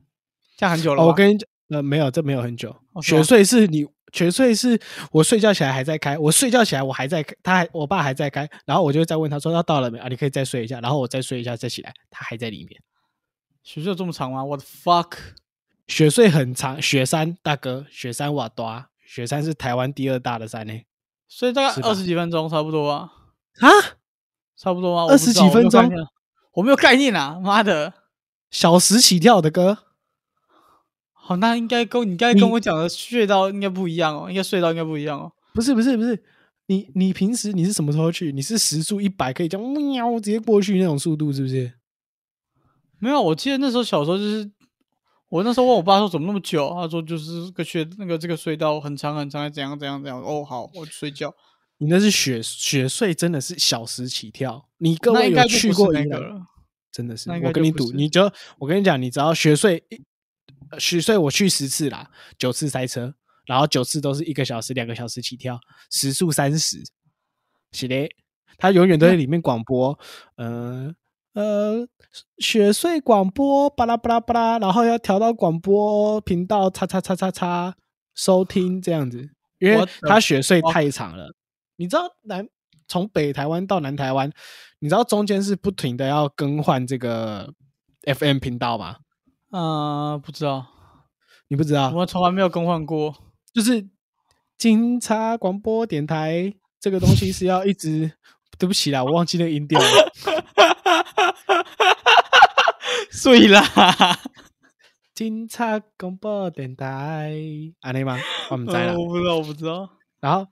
A: 这样很久了吧、
B: 哦，我跟你讲，呃，没有，这没有很久。
A: 哦是
B: 雪
A: 吗
B: 隧是你，雪隧是我睡觉起来还在开，我睡觉起来我还在开，他还我爸还在开，然后我就再问他说要到了没啊？你可以再睡一下，然后我再睡一下再起来，他还在里面。
A: 学校这么长吗？我的 fuck！
B: 雪隧很长，雪山大哥，雪山瓦多，啊雪山是台湾第二大的山呢、
A: 所以大
B: 是
A: 概
B: 吧
A: 二十几分钟差不多吧，
B: 啊，
A: 差不多吗？我
B: 二
A: 不
B: 十
A: 知道
B: 几分，
A: 我
B: 钟
A: 没有概念我没有概念啊！妈的，
B: 小时起跳的哥，
A: 好，那应该跟你刚才跟我讲的隧道应该不一样哦，应该隧道应该不一样哦。
B: 不是不是不是，你你平时你是什么时候去？你是时速一百可以这样喵直接过去那种速度是不是？
A: 没有，我记得那时候小时候就是，我那时候问我爸说怎么那么久，啊他说就是个隧那个这个隧道很长很长，怎样怎样怎样。哦，好，我去睡觉。
B: 你那是雪雪隧，真的是小时起跳。你各
A: 那
B: 位
A: 应该
B: 有
A: 就
B: 去
A: 不是
B: 过
A: 那
B: 宜
A: 个
B: 兰？
A: 了，
B: 真的是，
A: 那应
B: 我
A: 该就
B: 跟你
A: 不
B: 赌，
A: 是
B: 你就我跟你讲，你只要雪隧一呃雪隧，我去十次啦，九次塞车，然后九次都是一个小时、两个小时起跳，时速三十，是嘞，他永远都在里面广播，嗯呃雪隧广播巴拉巴拉巴拉，然后要调到广播频道叉叉叉叉叉收听这样子，因为
A: What the
B: 它雪隧
A: fuck？
B: 太长了。你知道南从北台湾到南台湾，你知道中间是不停的要更换这个 FM 频道吗？
A: 呃，不知道，
B: 你不知道，
A: 我从来没有更换过。
B: 就是警察广播电台这个东西是要一直，对不起啦，我忘记那个音调了。
A: 睡啦，
B: 警察广播电台，安内吗？我们在啦
A: 呃。我不知道，我不知道。
B: 然后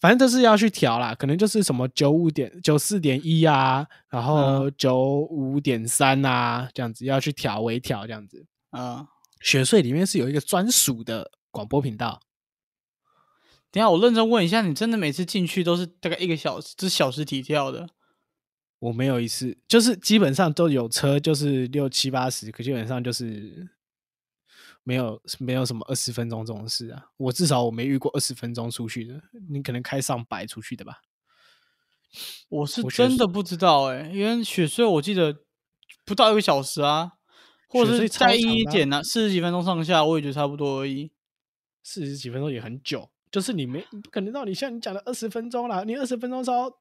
B: 反正就是要去调啦，可能就是什么九五点九四点一啊，然后九五点三啊，这样子要去调微调这样子。
A: 啊、
B: 雪隧里面是有一个专属的广播频道，
A: 等一下我认真问一下，你真的每次进去都是大概一个小时，这是小时起跳的？
B: 我没有一次，就是基本上都有车，就是六七八十，可基本上就是没有没有什么二十分钟这种事啊。我至少我没遇过二十分钟出去的，你可能开上百出去的吧？
A: 我是
B: 我觉得
A: 真
B: 是
A: 的不知道哎、因为雪隧我记得不到一个小时啊，或者
B: 雪
A: 是
B: 隧超
A: 再硬一
B: 长的啊
A: 点呢、四十几分钟上下，我也觉得差不多而已。
B: 四十几分钟也很久，就是你没不可能到你像你讲的二十分钟啦，你二十分钟超，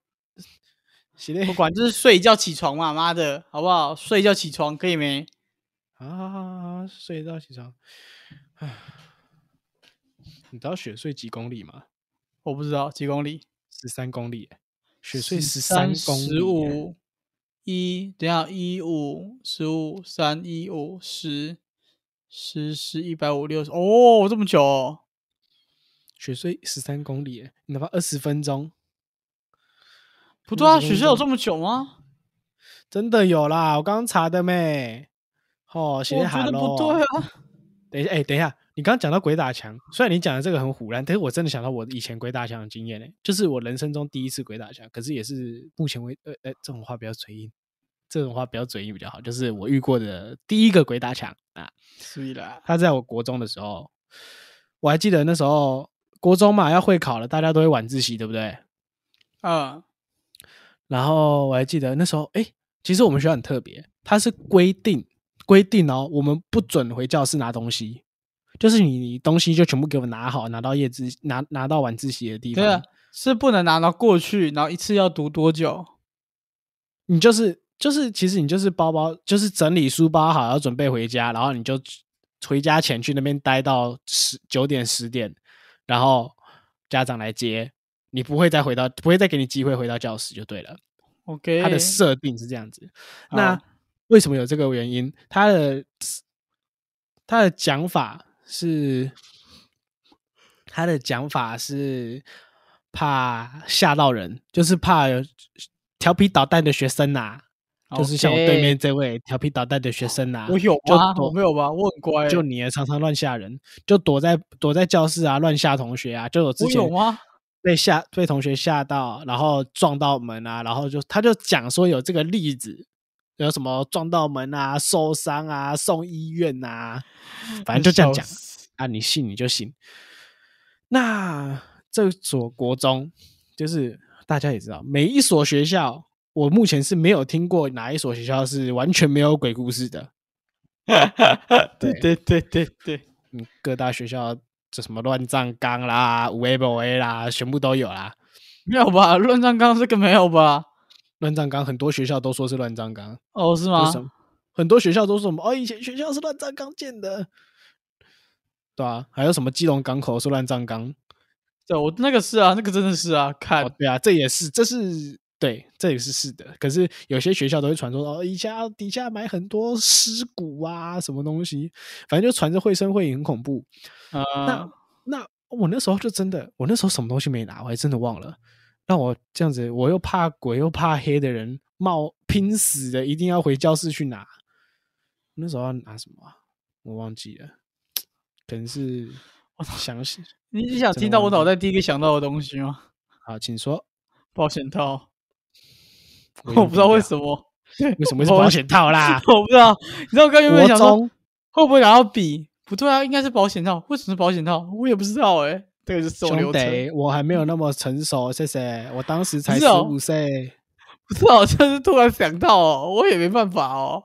B: 系列
A: 不管，就是睡一觉起床嘛，妈的，好不好？睡一觉起床可以没？
B: 啊，睡到起床，唉你知道雪隧几公里吗？
A: 我不知道几公里，
B: 十三公里耶，雪隧十
A: 三
B: 三公里耶，
A: 十五一，等一下一五十五三一五十十十一百五六十哦，这么久、哦。
B: 雪隧十三公里耶，你哪怕二十分钟，
A: 不对啊，
B: 20
A: 雪
B: 分
A: 隧有
B: 钟
A: 这么久吗？
B: 真的有啦，我刚刚查的妹。哦，写
A: 我
B: 哈
A: 觉得
B: 喽。
A: 不对啊。
B: 等一下，哎、等一下，你刚刚讲到鬼打墙，虽然你讲的这个很虎烂，但是我真的想到我以前鬼打墙的经验呢、欸就是我人生中第一次鬼打墙，可是也是目前为呃呃，这种话不要嘴硬，这种话不要嘴硬比较好，就是我遇过的第一个鬼打墙啊，
A: 所以啦，
B: 他在我国中的时候，我还记得那时候国中嘛要会考了，大家都会晚自习，对不对？
A: 嗯，
B: 然后我还记得那时候，哎，其实我们学校很特别，它是规定规定哦，我们不准回教室拿东西，就是你你东西就全部给我拿好，拿到夜自拿拿到晚自习的地
A: 对啊
B: 方，，
A: 是不能拿到过去，然后一次要读多久？
B: 你就是就是其实你就是包包就是整理书包好，要准备回家，然后你就回家前去那边待到十九点十点，然后家长来接，你不会再回到不会再给你机会回到教室就对了。
A: OK，
B: 它的设定是这样子。那
A: 好
B: 为什么有这个原因？它的它的讲法是，它的讲法是怕吓到人，就是怕有调皮捣蛋的学生呐、就是像我对
A: OK
B: 面这位调皮捣蛋的学生呐、
A: 我有
B: 就
A: 吗？
B: 躲
A: 我没有吧？我很乖欸、
B: 就你也常常乱吓人，就躲在躲在教室啊，乱吓同学啊，就我之
A: 我
B: 前
A: 有 吗？
B: 被吓被同学吓到，然后撞到门啊，然后就他就讲说有这个例子，有什么撞到门啊、受伤啊、送医院啊，反正就这样讲
A: 嗯笑死
B: 啊，你信你就信。那这所国中就是大家也知道，每一所学校，我目前是没有听过哪一所学校是完全没有鬼故事的。
A: 对对对对对，
B: 嗯，各大学校这什么乱葬岗啦、五 A 五 A 啦，全部都有啦。
A: 没有吧？乱葬岗这个没有吧？
B: 乱葬岗很多学校都说是乱葬岗，
A: 哦，是
B: 就
A: 吗
B: 是？什么很多学校都说什么哦，以前学校是乱葬岗建的，对啊，还有什么基隆港口是乱葬岗，
A: 对，我那个是啊，那个真的是啊，看
B: 哦，对啊，这也是，这是对，这也是是的。可是有些学校都会传说哦，以前啊底下埋很多尸骨啊，什么东西，反正就传着绘声绘影，很恐怖。
A: 啊、
B: 那那我那时候就真的，我那时候什么东西没拿，我还真的忘了。那我这样子，我又怕鬼又怕黑的人，冒拼死的一定要回教室去拿。那时候要拿什么啊、我忘记了，可能是想起
A: 你你想
B: 真的
A: 听到我
B: 忘记
A: 脑袋第一个想到的东西吗？
B: 好，请说。
A: 保险套，
B: 我啊已
A: 我
B: 经
A: 不知道为
B: 忘
A: 什么，
B: 记了为什么是保险
A: 。
B: 套啦
A: 我不知道。你知道我刚原本
B: 国
A: 想说
B: 中
A: 会不会拿到笔？不对啊，应该是保险套。为什么是保险套？我也不知道哎、这个就是这种
B: 兄
A: 流程，嗯
B: 弟，我还没有那么成熟，谢谢。我当时才
A: 不
B: 十
A: 是哦
B: 五岁，
A: 不知道，就是突然想到哦，我也没办法哦，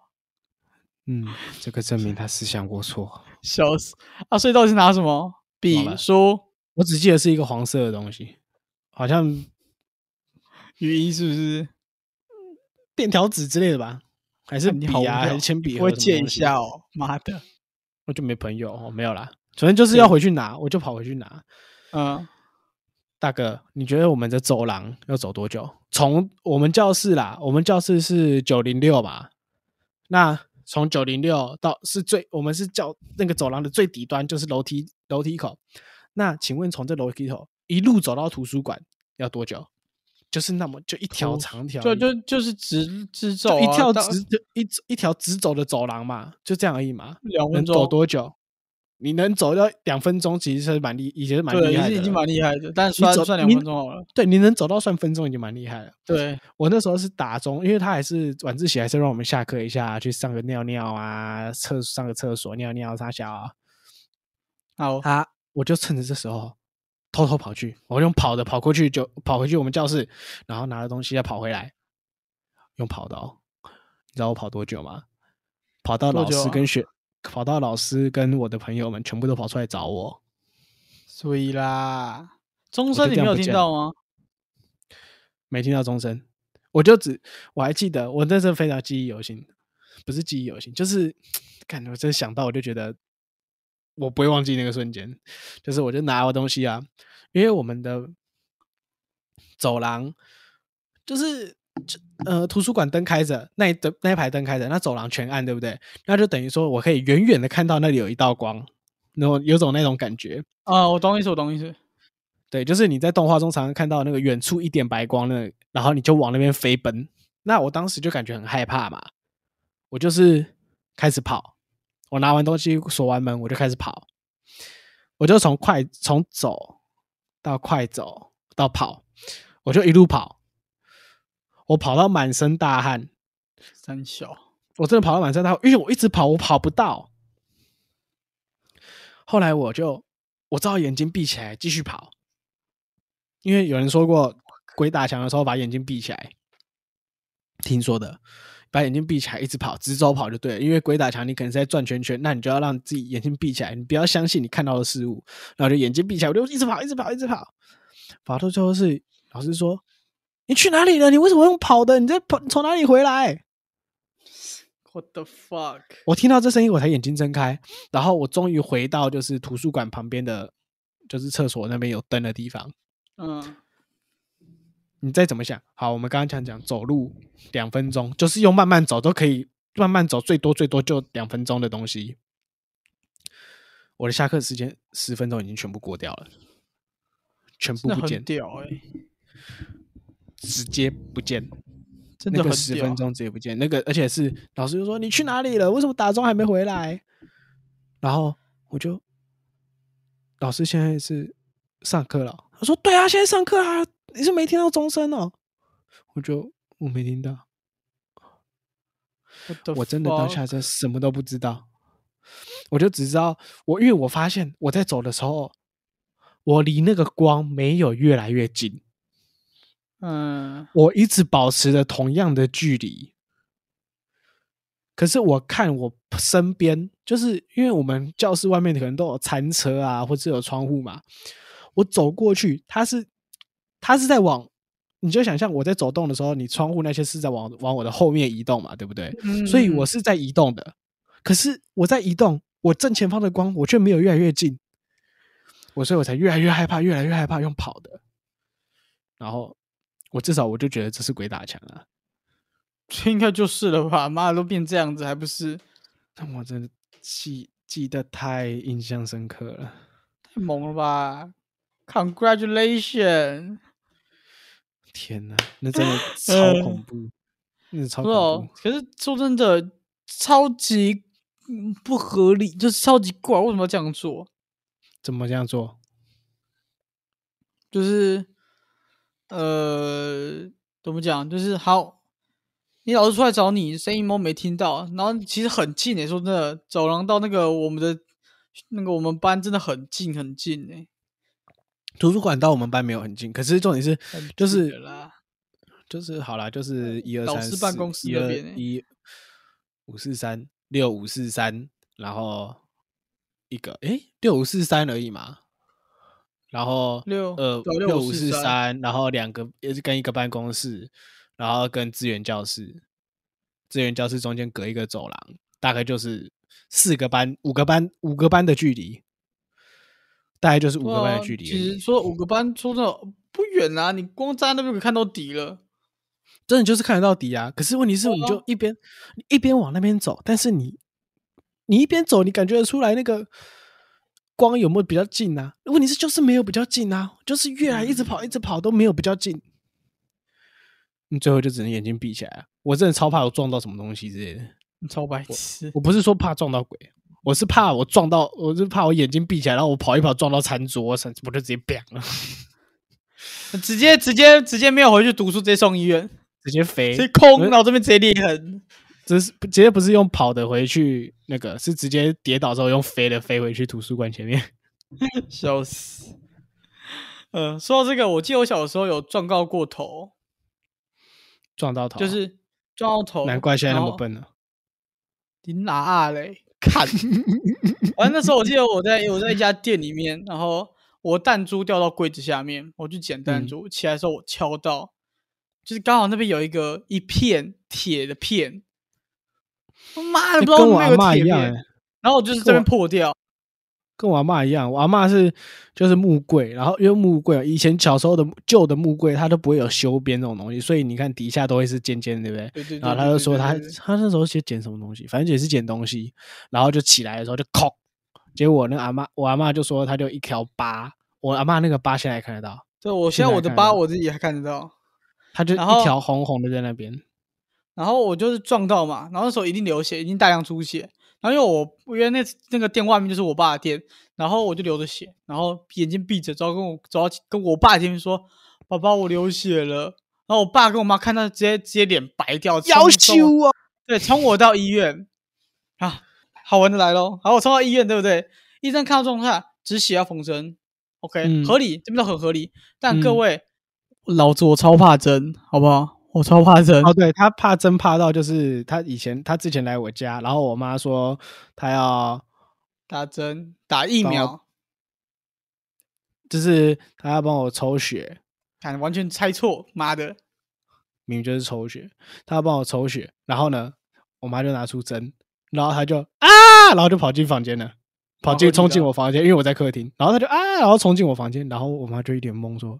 B: 嗯，这个证明他思想 龌龊。
A: 笑死啊！所以到底是拿什么笔
B: 忘、了
A: 书、
B: 我只记得是一个黄色的东西，好像
A: 雨衣是不是？
B: 便条纸之类的吧，还是
A: 啊你
B: 笔
A: 好无
B: 啊，还
A: 聊
B: 是铅笔？
A: 我会借一下，哦，妈的，
B: 我就没朋友，哦，没有啦。反正就是要回去拿，我就跑回去拿。
A: 嗯，
B: 大哥，你觉得我们的走廊要走多久？从我们教室啦，我们教室是九零六嘛，那从九零六到是最，我们是教那个走廊的最底端，就是楼梯楼梯口。那请问从这楼梯口一路走到图书馆要多久？就是那么就一条
A: 图
B: 长条而
A: 哦就
B: 已，
A: 就就是直直走、
B: 就
A: 啊，
B: 一条
A: 到
B: 直就一一条直走的走廊嘛，就这样而已嘛。
A: 两
B: 能
A: 分
B: 走
A: 钟，
B: 多久？你能走到两分钟，其实是蛮厉，已经是蛮
A: 对，
B: 厉
A: 已
B: 害
A: 经
B: 的
A: 已经
B: 了。
A: 蛮厉害的，但
B: 你
A: 算
B: 走
A: 算两
B: 你
A: 分钟好了。
B: 对，你能走到算分钟已经蛮厉害了。
A: 对，
B: 我那时候是打钟，因为他还是晚自习，还是让我们下课一下去上个尿尿啊，厕上个厕所尿尿撒小啊。
A: 好，
B: 他我就趁着这时候偷偷跑去，我用跑的跑过去，就跑回去我们教室，然后拿了东西再跑回来，用跑的哦。你知道我跑多久吗？跑到
A: 多
B: 老
A: 久
B: 师
A: 啊
B: 跟学，跑到老师跟我的朋友们全部都跑出来找我。
A: 所以啦，钟
B: 我
A: 声
B: 就
A: 你
B: 这
A: 没
B: 样
A: 有
B: 不
A: 听
B: 见
A: 到吗？
B: 没听到钟声，我就只我还记得，我那时候非常记忆犹新，不是记忆犹新，就是感觉我真的想到，我就觉得我不会忘记那个瞬间，就是我就拿我东西啊，因为我们的走廊就是。就呃，图书馆灯开着，那一灯那一排灯开着，那走廊全暗，对不对？那就等于说我可以远远的看到那里有一道光，然后有种那种感觉。
A: 啊、我懂意思，我懂意思。
B: 对，就是你在动画中常常看到那个远处一点白光那，然后你就往那边飞奔。那我当时就感觉很害怕嘛，我就是开始跑，我拿完东西锁完门，我就开始跑，我就从快从走到快走到跑，我就一路跑，我跑到满身大汗，
A: 三小，
B: 我真的跑到满身大汗，因为我一直跑，我跑不到。后来我就我只好眼睛闭起来继续跑，因为有人说过鬼打墙的时候把眼睛闭起来，听说的，把眼睛闭起来一直跑，直走跑就对了。因为鬼打墙你可能是在转圈圈，那你就要让自己眼睛闭起来，你不要相信你看到的事物，然后就眼睛闭起来，我就一直跑，一直跑，一直跑，跑到最后是老师说。你去哪里了？你为什么用跑的？你在跑？你从哪里回来？
A: What the fuck？
B: 我听到这声音，我才眼睛睁开，然后我终于回到就是图书馆旁边的，就是厕所那边有灯的地方。
A: 嗯，
B: 你再怎么想，好，我们刚刚讲讲走路两分钟，就是用慢慢走都可以，慢慢走最多最多就两分钟的东西。我的下课时间十分钟已经全部过掉了，全部
A: 那
B: 不见
A: 欸很，屌哎、
B: 直接不见，
A: 真
B: 那
A: 的
B: 个
A: 很
B: 十
A: 屌
B: 分钟直接不见，那个而且是老师就说你去哪里了？为什么打钟还没回来？然后我就老师现在是上课了，他说对啊，现在上课啊，你是没听到钟声哦？我就我没听到，
A: What the
B: 我真的当
A: fuck？
B: 下真什么都不知道，我就只知道我因为我发现我在走的时候，我离那个光没有越来越近，
A: 嗯，
B: 我一直保持着同样的距离。可是我看我身边，就是因为我们教室外面可能都有餐车啊，或者有窗户嘛。我走过去，它是它是在往，你就想象我在走动的时候，你窗户那些是在往往我的后面移动嘛，对不对？所以我
A: 是
B: 是在移动的。可是我在移动，我正前方的光我却没有越来越近，我所以我才越来越害怕，越来越害怕用跑的。然后我至少我就觉得这是鬼打墙啊！
A: 应该就是了吧？ 妈的，都变这样子，还不是
B: 但我真的记记得太印象深刻了。
A: 太猛了吧？Congratulation！
B: 天哪，那 真的超恐怖，那超
A: 不知
B: 恐
A: 道
B: 怖。，
A: 可是说真的，超级嗯不合理，就是超级怪，为什么要这样做？
B: 怎么这样做？
A: 就是呃，怎么讲？就是好，你老师出来找你，声音都没听到，然后其实很近诶、欸说真的，走廊到那个我们的那个我们班真的很近很近欸诶、
B: 图书馆到我们班没有很近，可是重点是
A: 很，
B: 就
A: 近
B: 是
A: 了啦。
B: 就是好啦，就是一二
A: 老
B: 三
A: 师办公室
B: 一
A: 那
B: 二
A: 边欸
B: 一五四三六五四三，然后一个诶六五四三而已嘛，然后
A: 六
B: 呃
A: 对
B: 六五四
A: 6543
B: 三，然后两个也是跟一个办公室，然后跟资源教室，资源教室中间隔一个走廊，大概就是四个班五个班五个班的距离，大概就是五
A: 对
B: 个班
A: 啊
B: 的距离而
A: 其
B: 已，
A: 实说五个班，说真的不远啊，你光站在那边就可以看到底了。
B: 真的就是看得到底啊。可是问题是，
A: 对啊
B: 你就一边、你一边往那边走，但是你你一边走，你感觉得出来那个光有没有比较近啊？问题是就是没有比较近啊，就是越来一直跑，一直跑都没有比较近。你最后就只能眼睛闭起来啊、我真的超怕我撞到什么东西之类的。
A: 超白痴！
B: 我不是说怕撞到鬼，我是怕我撞到，我是怕我眼睛闭起来，然后我跑一跑撞到餐桌，我就直接 b 了，
A: 直接直接直接没有回去读书，直接送医院，
B: 直接飞，
A: 直接空，
B: 我
A: 然后这边直接裂痕。
B: 这是直接不是用跑的回去，那个是直接跌倒之后用飞的飞回去图书馆前面。
A: 笑死。呃，说到这个，我记得我小时候有撞到过头，
B: 撞到头啊，
A: 就是哦撞到头，
B: 难怪现在那么
A: 然后。
B: 笨呢、
A: 你哪啊 嘞？看， 反正那时候我记得我在我在一家店里面，然后我弹珠掉到柜子下面，我去捡弹
B: 嗯
A: 珠，起来的时候我敲到，就是刚好那边有一个一片铁的片，妈的
B: 欸
A: 不知道
B: 跟我
A: 那
B: 阿
A: 个
B: 妈一
A: 铁
B: 样、
A: 片，
B: 欸，
A: 然后我就是这
B: 跟我
A: 边破掉，
B: 跟我阿妈一样，我阿妈是就是木柜，然后因为木柜啊以前小时候的旧的木柜，它都不会有修边这种东西，所以你看底下都会是尖尖的，对不对？
A: 对对对
B: 然后啊他就说他
A: 对对对对
B: 他那时候是捡什么东西，反正也是捡东西，然后就起来的时候就哐，结果那个阿妈我阿妈就说他就一条疤，我阿妈那个疤现在还看得到，
A: 对我现
B: 现
A: 在
B: 在
A: 我的
B: 看啊得
A: 疤
B: 到
A: 我自己还看得到，
B: 他就
A: 然后
B: 一条红红的在那边。
A: 然后我就是撞到嘛，然后那时候一定流血，一定大量出血。然后因为我因为那那个店外面就是我爸的店，然后我就流着血，然后眼睛闭着，然后跟我走到跟我爸前面说：“爸爸，我流血了。”然后我爸跟我妈看到直接直接脸白掉，冲冲
B: 要
A: 我
B: 修啊！
A: 对，冲我到医院啊，好玩的来喽！好，我冲到医院，对不对？医生看到状态，止血要缝针，OK，、
B: 嗯
A: 合理，这边都很合理。但各
B: 嗯
A: 位，老子我超怕针，好不好？我超怕针，
B: 哦，对他怕针怕到，就是他以前他之前来我家，然后我妈说他要
A: 打针、打疫
B: 帮我
A: 苗，
B: 就是他要帮我抽血，
A: 看完全猜错，妈的！
B: 明明就是抽血，他要帮我抽血，然后呢，我妈就拿出针，然后他就啊，然后就跑进房间了，跑
A: 合
B: 进
A: 理
B: 冲进
A: 的
B: 我房间，因为我在客厅，然后他就啊，然后冲进我房间，然后我妈就一脸懵说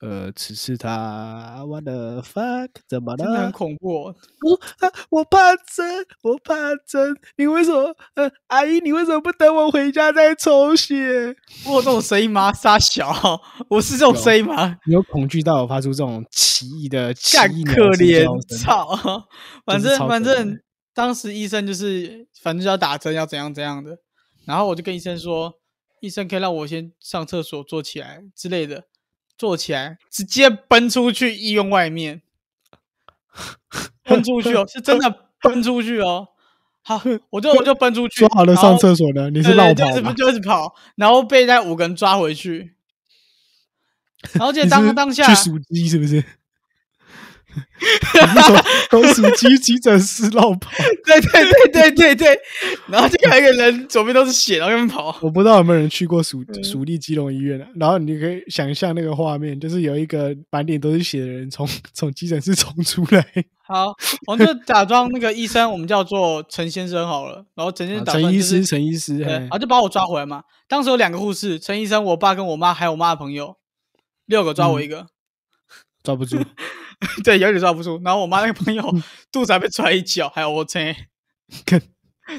B: 呃，此次他 what the fuck 怎么
A: 真的很
B: 了？
A: 恐怖、哦。
B: 我啊，我怕针，我怕针。你为什么？呃，阿姨，你为什么不等我回家再抽血？
A: 我有这种声音吗？傻小，我是这种声音 吗？
B: 你有恐惧到有发出这种奇异的奇
A: 干
B: 异鸟
A: 可
B: 式
A: 怜
B: 叫声，
A: 操！反
B: 真
A: 正
B: 是超
A: 反
B: 可怜
A: 正，当时医生就是反正就要打针，要怎样怎样的。然后我就跟医生说，医生可以让我先上厕所坐起来之类的，坐起来直接奔出去医院外 面，奔出去哦，是真的奔出去哦。好，我就我就奔出去，
B: 说好了
A: 然
B: 上
A: 后
B: 厕所呢？你是
A: 对
B: 绕
A: 对，
B: 跑
A: 就是
B: 吗？
A: 就是跑，然后被那五个人抓回去。然后记得
B: 你
A: 当
B: 是
A: 当下
B: 去数鸡是不是？ 你是从从数鸡急诊室绕跑，
A: 对对对对对对，然后就看到一个人左边都是血，然后在那边跑，
B: 我不知道有没有人去过蜀蜀地基隆医院啊。然后你可以想象那个画面，就是有一个满脸都是血的人从从急诊室冲出来，
A: 好，我们就假装那个医生，我们叫做陈先生好了。然后陈先生
B: 啊
A: 打算、
B: 陈
A: 就是
B: 医师，陈医师，
A: 对，
B: 嘿
A: 然后就把我抓回来嘛。当时有两个护士，陈医生、我爸跟我妈，还有我妈的朋友，六个
B: 嗯
A: 抓我一个，
B: 抓不住，
A: 对，有点抓不住。然后我妈那个朋友
B: 嗯
A: 肚子还被踹一脚，还有我陈，
B: 看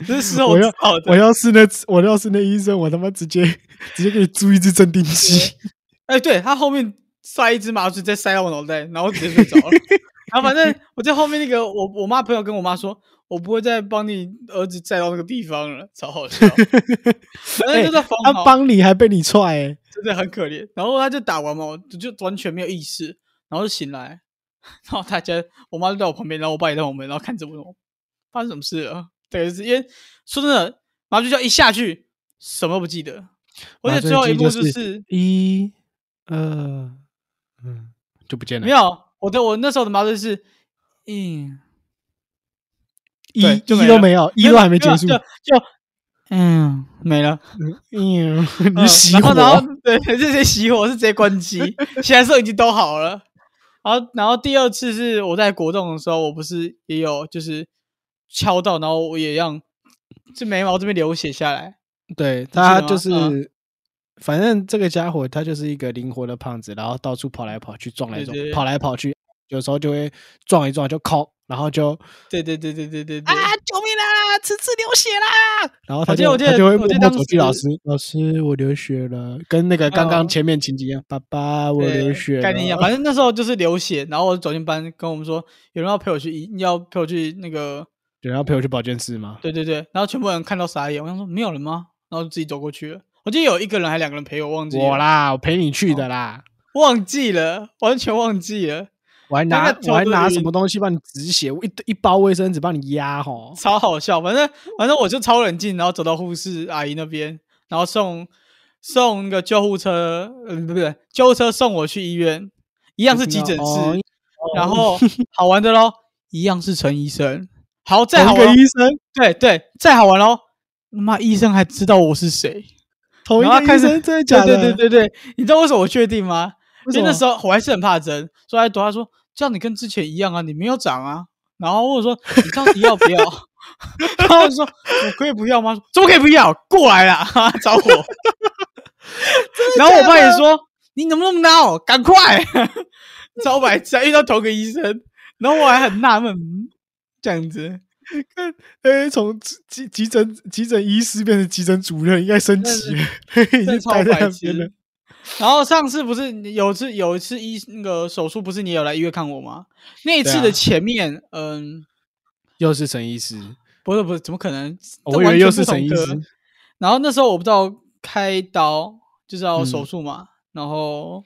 A: 这是事后
B: 我
A: 知
B: 要
A: 道
B: 我
A: 的。
B: 要是那我要是那医生，我他妈直接 直接给你注一只镇定剂。
A: 哎，对他后面塞一只麻醉，再塞到我脑袋，然后直接睡着了。 然后反正我在后面那个我我妈朋友跟我妈说，我不会再帮你儿子载到那个地方了，超好笑。 反正就在防
B: 哎他
A: 好。
B: 帮你还被你踹、欸，
A: 真的很可怜。然后他就打完嘛，我就完全没有意识，然后就醒来， 然后大家我妈就在我旁边，然后我爸也在我们，然后看着我，发生什么事了？对，是因为说真的，麻醉药一下去，什么都不记得。我记得最后一幕
B: 麻醉剂就是一、二，嗯，就不见了。
A: 没有我的，我那时候的麻醉是，嗯，
B: 一
A: 对就没
B: 一都
A: 了
B: 没有，一都还没结束
A: 有。有就就嗯没了。
B: 嗯，
A: 嗯
B: 你熄
A: 然
B: 火
A: 后，然后对， 这些熄火是直接关机，其他时候已经都好了。然后，然后第二次是我在国中的时候，我不是也有就是敲到，然后我也让这眉毛这边流血下来。
B: 对他
A: 吗
B: 就是，
A: 嗯
B: 反正这个家伙他就是一个灵活的胖子，然后到处跑来跑去，撞来
A: 对
B: 撞，
A: 对
B: 跑来跑去，有时候就会撞一撞就靠，然后就
A: 对对对对对对对，
B: 啊，救命啦！此次流血啦！然后他
A: 我记
B: 就
A: 得我记
B: 他
A: 得
B: 就会
A: 我
B: 默
A: 记得
B: 默
A: 当
B: 走去老师
A: 时，
B: 老师我流血了，跟那个刚刚
A: 哦
B: 前面情景一样，爸爸我
A: 对
B: 流血
A: 概念一样。
B: 了
A: 反正那时候就是流血，然后我走进班跟我们说，有人要陪我去医，要陪我去那个，
B: 有人要陪我去保健室吗？
A: 对对对。然后全部人看到傻眼，我想说没有人吗？然后就自己走过去了。我记得有一个人还两个人陪我，忘记
B: 我
A: 了，哦
B: 啦，我陪你去的啦，
A: 忘记了，完全忘记了。
B: 我还
A: 大
B: 拿
A: 概
B: 我还
A: 头都
B: 拿
A: 有
B: 什
A: 点
B: 么东西帮你止血，我一一包卫生纸帮你压吼。
A: 超好笑。反正反正我就超冷静，然后走到护士阿姨那边，然后送送那个救护车，呃，不对，救护车送我去医院，一样是急诊室，
B: 哦
A: 然后好玩的喽，一样是陈医生。好，再好哦
B: 同一个
A: 玩咯，
B: 医生，
A: 对对，再好玩喽。他妈，医生还知道我是谁？
B: 同一
A: 然后他
B: 个
A: 开
B: 医
A: 始
B: 生，真
A: 对
B: 的假的？
A: 对对对对，你知道为什么我确定吗？
B: 为
A: 因为那
B: 什
A: 时候我还是很怕针，所以还躲他说这样你跟之前一样啊，你没有长啊。然后我说你到底要 不要？然后我说我可以不要吗？说怎么可以不要？过来啦， 哈哈找我。然后我爸也说你怎么那么孬？赶快！超白痴，还啊遇到同个医生。然后我还很纳闷，嗯这样子，
B: 哎，从急急急诊急诊医师变成急诊主任，应该升职了，
A: 真
B: 已经
A: 的超
B: 待在
A: 白
B: 那边了
A: 痴。。然后上次不是你有一次有一次医那个手术，不是你有来医院看我吗？那一
B: 对
A: 次
B: 啊
A: 的前面，嗯，
B: 又是陈医师，
A: 不是不是，怎么可能？
B: 哦
A: 这
B: 我以
A: 完全
B: 为又
A: 不
B: 是
A: 同
B: 陈医
A: 科
B: 师。
A: 然后那时候我不知道开刀就是要手
B: 嗯
A: 术嘛，然后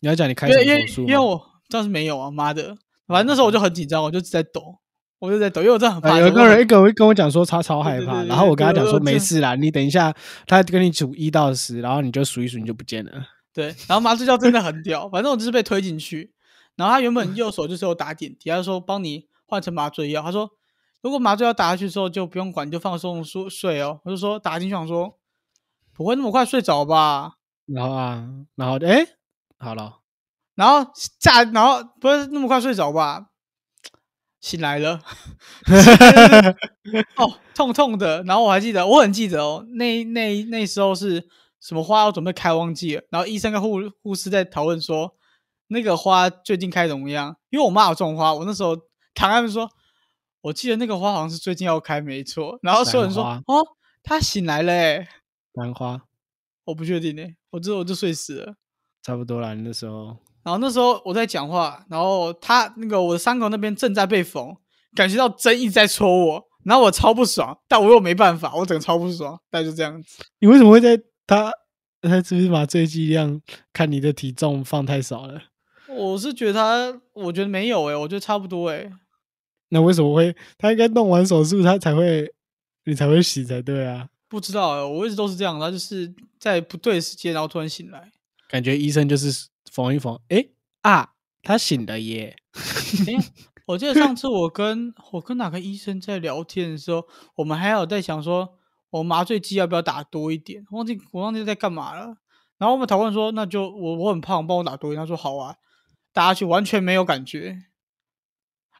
B: 你要讲你开
A: 因
B: 什
A: 为因
B: 么
A: 为
B: 手术
A: 因
B: 吗？
A: 为我当时没有啊，妈的！反正那时候我就很紧张，我就一直在抖，我就在抖，因为我真的很怕
B: 呃
A: 痛。
B: 有个
A: 我
B: 人跟我跟我讲说他超害
A: 对对
B: 怕，
A: 对
B: 然后我跟他
A: 对
B: 讲
A: 我
B: 说
A: 就
B: 没事啦，你等一下，他跟你数一到十，然后你就数一数，你就不见了。
A: 对，然后麻醉药真的很屌，反正我就是被推进去，然后他原
B: 嗯
A: 本右手就是有打点滴，他就说帮你换成麻醉药，他说如果麻醉药打下去之后就不用管，你就放松睡睡哦。我就说打进去想说不会那么快睡着吧，
B: 然后啊，然后哎，好了，
A: 然后下然后不会那么快睡着吧，醒来了。哦，痛痛的。然后我还记得，我很记得哦，那那那时候是什么花要准备开忘记了，然后医生跟护护士在讨论说，那个花最近开怎么样？因为我妈有种花，我那时候唐安说，我记得那个花好像是最近要开，没错。然后所有人说，
B: 兰
A: 哦，他醒来了、欸，
B: 兰花
A: 我不确定哎、我这我就睡死了。
B: 差不多啦，那时候
A: 然后那时候我在讲话，然后他那个我的伤口那边正在被缝，感觉到针一直在戳我，然后我超不爽，但我又没办法，我整个超不爽，但就这样子。
B: 你为什么会在他他是不是麻醉剂量看你的体重放太少了？
A: 我是觉得他，我觉得没有诶、我觉得差不多哎诶、
B: 那为什么会他应该弄完手术他才会你才会洗才对啊？
A: 不知道诶、哎我一直都是这样，他就是在不对的时间，然后突然醒来。
B: 感觉医生就是缝一缝，诶啊，他醒了耶！
A: 诶我记得上次我跟我跟哪个医生在聊天的时候，我们还有在想说，我麻醉剂要不要打多一点？忘记我忘记在干嘛了。然后我们讨论说，那就我我很胖，帮我打多一点。他说好啊，打下去完全没有感觉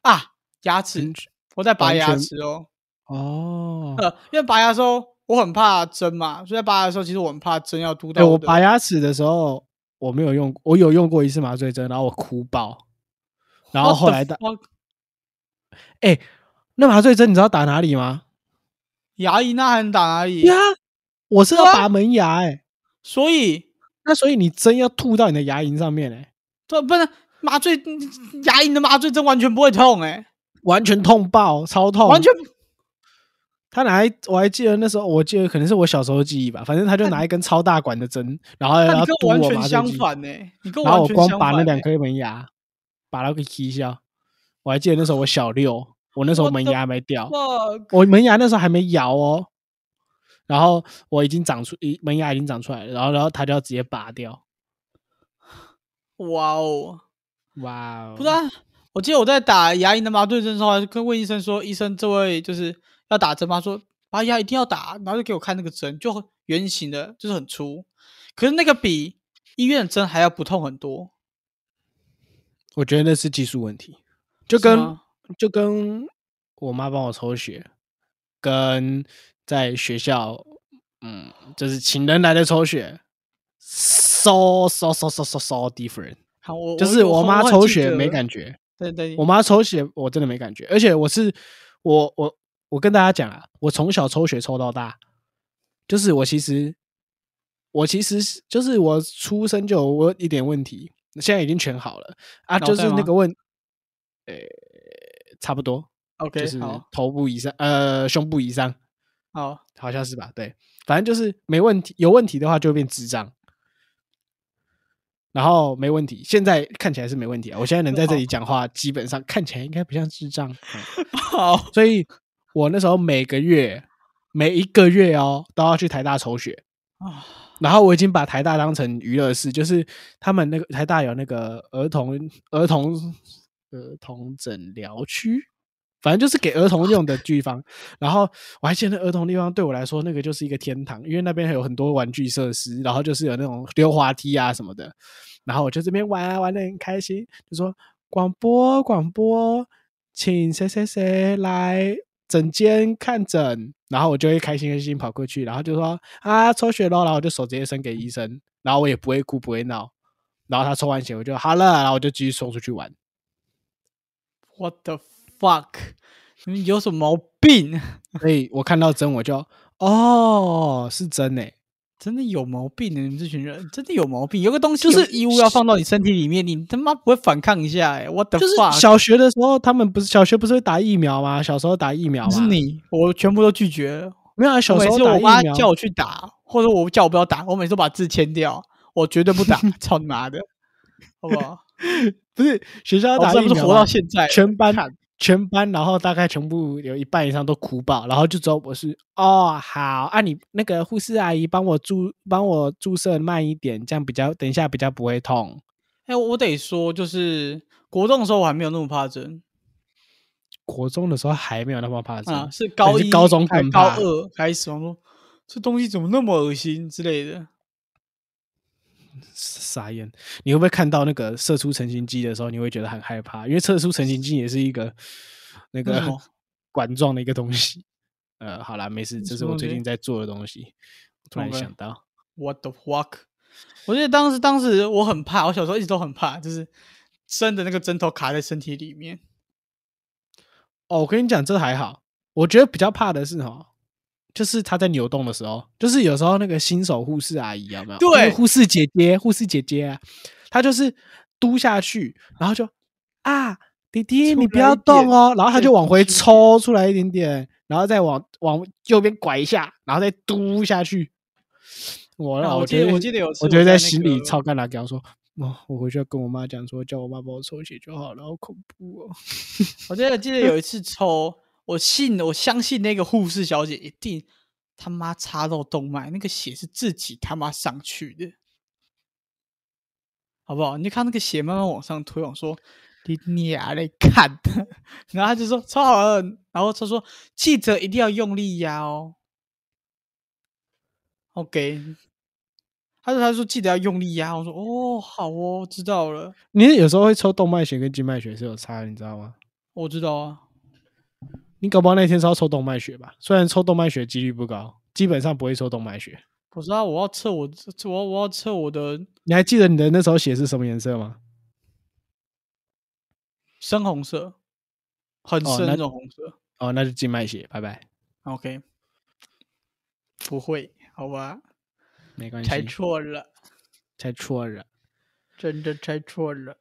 A: 啊，牙齿
B: 完全
A: 我在拔
B: 完
A: 牙
B: 全
A: 齿哦，
B: 哦，
A: 呃，因为拔牙的时候我很怕针嘛，所以在拔牙的时候其实我很怕针要嘟
B: 哎、
A: 到
B: 我
A: 的
B: 拔牙齿的时候我没有用，我有用过一次麻醉针，然后我哭爆，然后
A: What
B: 后
A: the
B: 来打，
A: fuck？
B: 哎、那麻醉针你知道打哪里吗？
A: 牙龈那还能打哪里？
B: 呀，我是要
A: 对啊
B: 拔门牙哎、
A: 所以
B: 那所以你针要吐到你的牙龈上面哎、
A: 这不是麻醉牙龈的麻醉针完全不会痛哎、
B: 完全痛爆，超痛，
A: 完全
B: 他拿一，我还记得那时候，我记得可能是我小时候记忆吧，反正他就拿一根超大管的针，然后
A: 那
B: 要
A: 你
B: 嘟
A: 跟我完
B: 哎我
A: 全
B: 麻
A: 相
B: 醉剂，
A: 反呢、欸你跟我
B: 然
A: 完
B: 后我
A: 全
B: 光
A: 相
B: 拔
A: 反、
B: 那
A: 欸。
B: 两颗门牙，拔了个踢笑。我还记得那时候我小六，我那时候
A: What
B: 门
A: the
B: 牙还没掉，
A: Fuck，
B: 我门牙那时候还没摇哦，然后我已经长出，一门牙已经长出来了，然后然后他就要直接拔掉，
A: 哇哦！
B: 哇、哦，
A: 不是、啊，我记得我在打牙龈的麻醉针的时候，还跟问医生说：“医生，这位就是要打针吗？”说：“拔牙一定要打。”然后就给我看那个针，就很圆形的，就是很粗，可是那个比医院的针还要不痛很多。
B: 我觉得那是技术问题，就是跟
A: 吗
B: 就跟我妈帮我抽血，跟在学校，嗯，就是请人来的抽血，so so so so so so different，
A: 好，我
B: 就是
A: 我
B: 我妈
A: 很
B: 抽
A: 记
B: 血
A: 得
B: 没感觉，
A: 对对，
B: 我妈抽血我真的没感觉，而且我是我我我跟大家讲啊，我从小抽血抽到大，就是我其实我其实是就是我出生就有我一点问题，现在已经全好了啊，
A: 脑
B: 就
A: 袋
B: 是那
A: 吗
B: 个问，呃，差不多
A: OK
B: 就是
A: 好
B: 头部以上，呃，胸部以上，
A: 好
B: 好像是吧？对，反正就是没问题，有问题的话就会变智障。然后没问题，现在看起来是没问题啊。我现在能在这里讲话，基本上看起来应该不像智障。嗯
A: 好
B: 所以我那时候每个月每一个月哦都要去台大抽血，
A: 啊，
B: 然后我已经把台大当成娱乐室，就是他们那个台大有那个儿童儿童儿童诊疗区，反正就是给儿童用的地方。然后我还记得那儿童地方对我来说，那个就是一个天堂，因为那边有很多玩具设施，然后就是有那种溜滑梯啊什么的。然后我就这边玩啊玩的很开心，就说广播广播，请谁谁谁来诊间看诊，然后我就会开心开心跑过去，然后就说啊抽血咯，然后我就手直接伸给医生，然后我也不会哭不会闹，然后他抽完血我就好了，然后我就继续送出 去玩。
A: ，What the fuck？你们有什么毛病？
B: 所以我看到针我就哦是针诶、
A: 真的有毛病的，你们这群人真的有毛病。有个东西
B: 就是
A: 有义务要放到你身体里面，你他妈不会反抗一下哎、我的 w
B: 就是
A: 你
B: 小学的时候他们不是小学不是会打疫苗吗？小时候打疫苗
A: 是
B: 嘛，
A: 你，我全部都拒绝了。
B: 没有、啊、小
A: 每
B: 时候
A: 次
B: 打
A: 我
B: 疫
A: 妈
B: 苗
A: 叫我去打，或者我叫我不要打，我每次都把字签掉，我绝对不 打，操你妈的，好 不好？
B: 不是学校要
A: 我
B: 打
A: 真
B: 疫
A: 哦的不是
B: 苗
A: 活
B: 嘛
A: 到现在了，
B: 全班
A: 看
B: 全班，然后大概全部有一半以上都哭爆，然后就只有我是哦好啊你，那个护士阿姨帮我注帮我注射慢一点，这样比较等一下比较不会痛。
A: 哎、我得说，就是国中的时候我还没有那么怕针
B: 国中的时候还没有那么怕针，
A: 啊，是
B: 能
A: 高
B: 是
A: 一、
B: 高中
A: 还
B: 更
A: 高
B: 怕
A: 二开始，我说这东西怎么那么恶心之类的。
B: 傻眼。你会不会看到那个射出成型机的时候，你会觉得很害怕？因为射出成型机也是一个那
A: 那
B: 个
A: 什么
B: 管状的一个东西。呃，好啦，没事，
A: 那
B: 这
A: 什
B: 是
A: 么
B: 我
A: 东
B: 最
A: 西
B: 近在做的东西，突然
A: OK
B: 想到。
A: What the fuck？我记得当时当时我很怕，我小时候一直都很怕，就是真的那个针头卡在身体里面。
B: 哦，我跟你讲，这还好。我觉得比较怕的是哦，就是她在扭动的时候，就是有时候那个新手护士阿姨有没有？
A: 对
B: 那个护士姐姐，护士姐姐啊，她就是嘟下去，然后就啊，弟弟
A: 出
B: 你不
A: 来
B: 要
A: 一
B: 动
A: 点
B: 哦，然后她
A: 对
B: 就往回
A: 出来一点
B: 抽出来一点点，然后再往往右边拐一下，然后再嘟下去。我
A: 啊
B: 让
A: 我记
B: 觉
A: 得
B: 得
A: 我记得有次
B: 我觉得
A: 我在
B: 在
A: 那
B: 心里
A: 个
B: 超干了，跟她说。哦，我回去要跟我妈讲说，叫我妈帮我抽血就好了，好恐怖哦。
A: 我记得记得有一次抽，我信我相信那个护士小姐一定他妈插到动脉，那个血是自己他妈上去的，好不好？你就看那个血慢慢往上推，我说你娘嘞看的， 然后他就说超好了，然后他说记者一定要用力压哦。OK，他说他说记得要用力压，我说哦好哦知道了，
B: 你有时候会抽动脉血跟静脉血是有差的，你知道吗？
A: 我知道啊。
B: 你搞不好那天是要抽动脉血吧？虽然抽动脉血几率不高，基本上不会抽动脉血。
A: 不是啊，我要测我这我要我要测我的
B: 你还记得你的那时候血是什么颜色吗？
A: 深红色，很
B: 哦
A: 深
B: 那
A: 那种红色。
B: 哦，那就静脉血，拜拜，
A: OK，不会，好吧，
B: 没关系，
A: 猜错了，
B: 猜错了。
A: 真的猜错了。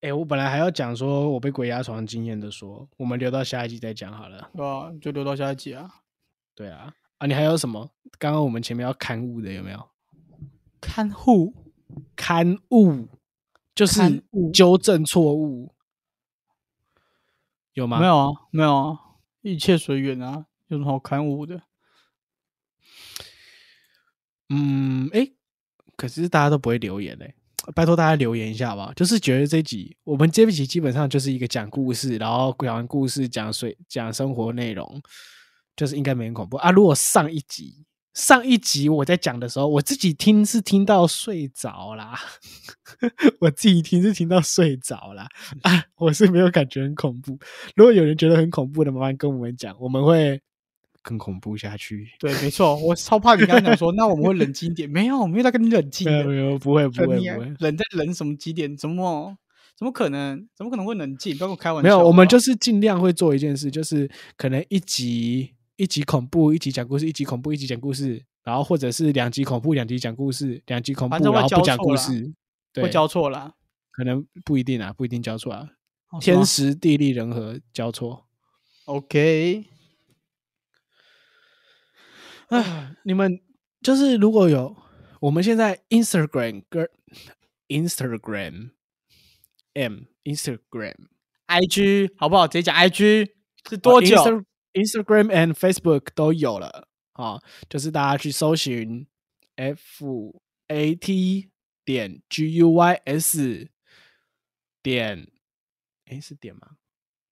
B: 哎、我本来还要讲说我被鬼压床经验的说，我们留到下一集再讲好了。
A: 对吧、哦就留到下一集啊。
B: 对啊，啊，你还有什么？刚刚我们前面要刊物的有没有？
A: 看护
B: 刊物就是
A: 刊物
B: 纠正错误，有吗？
A: 没有啊，没有啊，一切随缘啊，有什么好看护的？
B: 嗯，哎、可是大家都不会留言嘞、欸拜托大家留言一下吧。就是觉得这一集我们这一集基本上就是一个讲故事，然后讲完故事讲水讲生活内容，就是应该没很恐怖啊。如果上一集上一集我在讲的时候，我自己听是听到睡着啦， 我自己听是听到睡着啦啊，我是没有感觉很恐怖。如果有人觉得很恐怖的，麻烦跟我们讲，我们会更恐怖下去。
A: 对，没错，我超怕你刚才讲说，那我们会冷静一点。没有，我没有在跟你冷静
B: 没有
A: 的
B: 没。有，不会不
A: 冷
B: 会
A: 你啊
B: 不会，
A: 冷在冷什么几点？怎么怎么可能？怎么可能会冷静？不要跟我开玩
B: 没
A: 笑好不
B: 有，
A: 好。
B: 我们就是尽量会做一件事，就是可能一集一集恐怖，一集讲故事，一集恐怖，一集讲故事，然后或者是两集恐怖，两集讲故事，两集恐怖，
A: 反正会
B: 然后不
A: 交
B: 讲
A: 错
B: 故
A: 啦
B: 事，对
A: 会，交错啦。
B: 可能不一定啊，不一定交错啊，
A: 哦是
B: 天
A: 吗
B: 时地利人和交错。
A: OK，嗯
B: 啊，你们就是如果有我们现在 Instagram 跟 Instagram M Instagram
A: ，IG 好不好？直接讲 IG 是多久？
B: 啊？Insta-？Instagram and Facebook 都有了啊，就是大家去搜寻 F A T 点 G U Y S 点，诶，是点吗？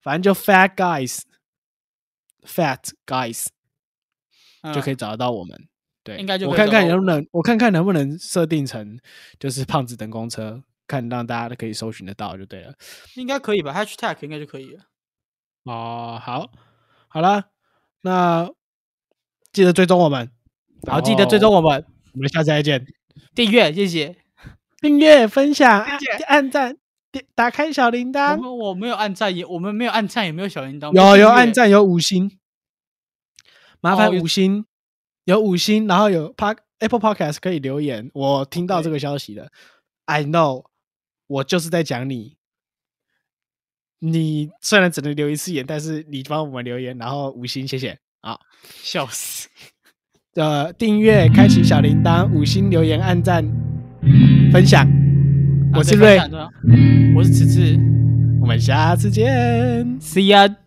B: 反正就 Fat Guys，Fat Guys 就可以
A: 以。
B: 找得到我们。对，
A: 嗯应该就
B: 我
A: 可以找
B: 看看
A: 到我
B: 能不能，我看看能不能设定成就是胖子等公车，看让大家都可以搜寻得到就对了。
A: 应该可以吧？Hashtag 应该就可以了。
B: 哦，好，好啦，那记得追踪我们，
A: 好，记得追踪，我们，
B: 我们下次再见，
A: 订阅，谢谢。
B: 订阅、分享、
A: 谢谢
B: 按按赞、点打开小铃
A: 哦我
B: 铛，
A: 们我没有按赞，也我们没有按赞，也没有小铃铛。
B: 有有
A: 订阅
B: 按，赞有五星，麻烦
A: 哦有
B: 五星，有五星，然后有 Park Apple Podcast 可以留言，我听到这个消息了，I know，我就是在讲你。你虽然只能留一次言，但是你帮我们留言，然后五星，谢谢啊。
A: 笑死。
B: 呃订阅、开启小铃铛、五星留言、按赞、分享。我
A: 啊
B: 是
A: 对
B: 瑞
A: 分，享对啊我是此次
B: 我们下次见。
A: ，See ya。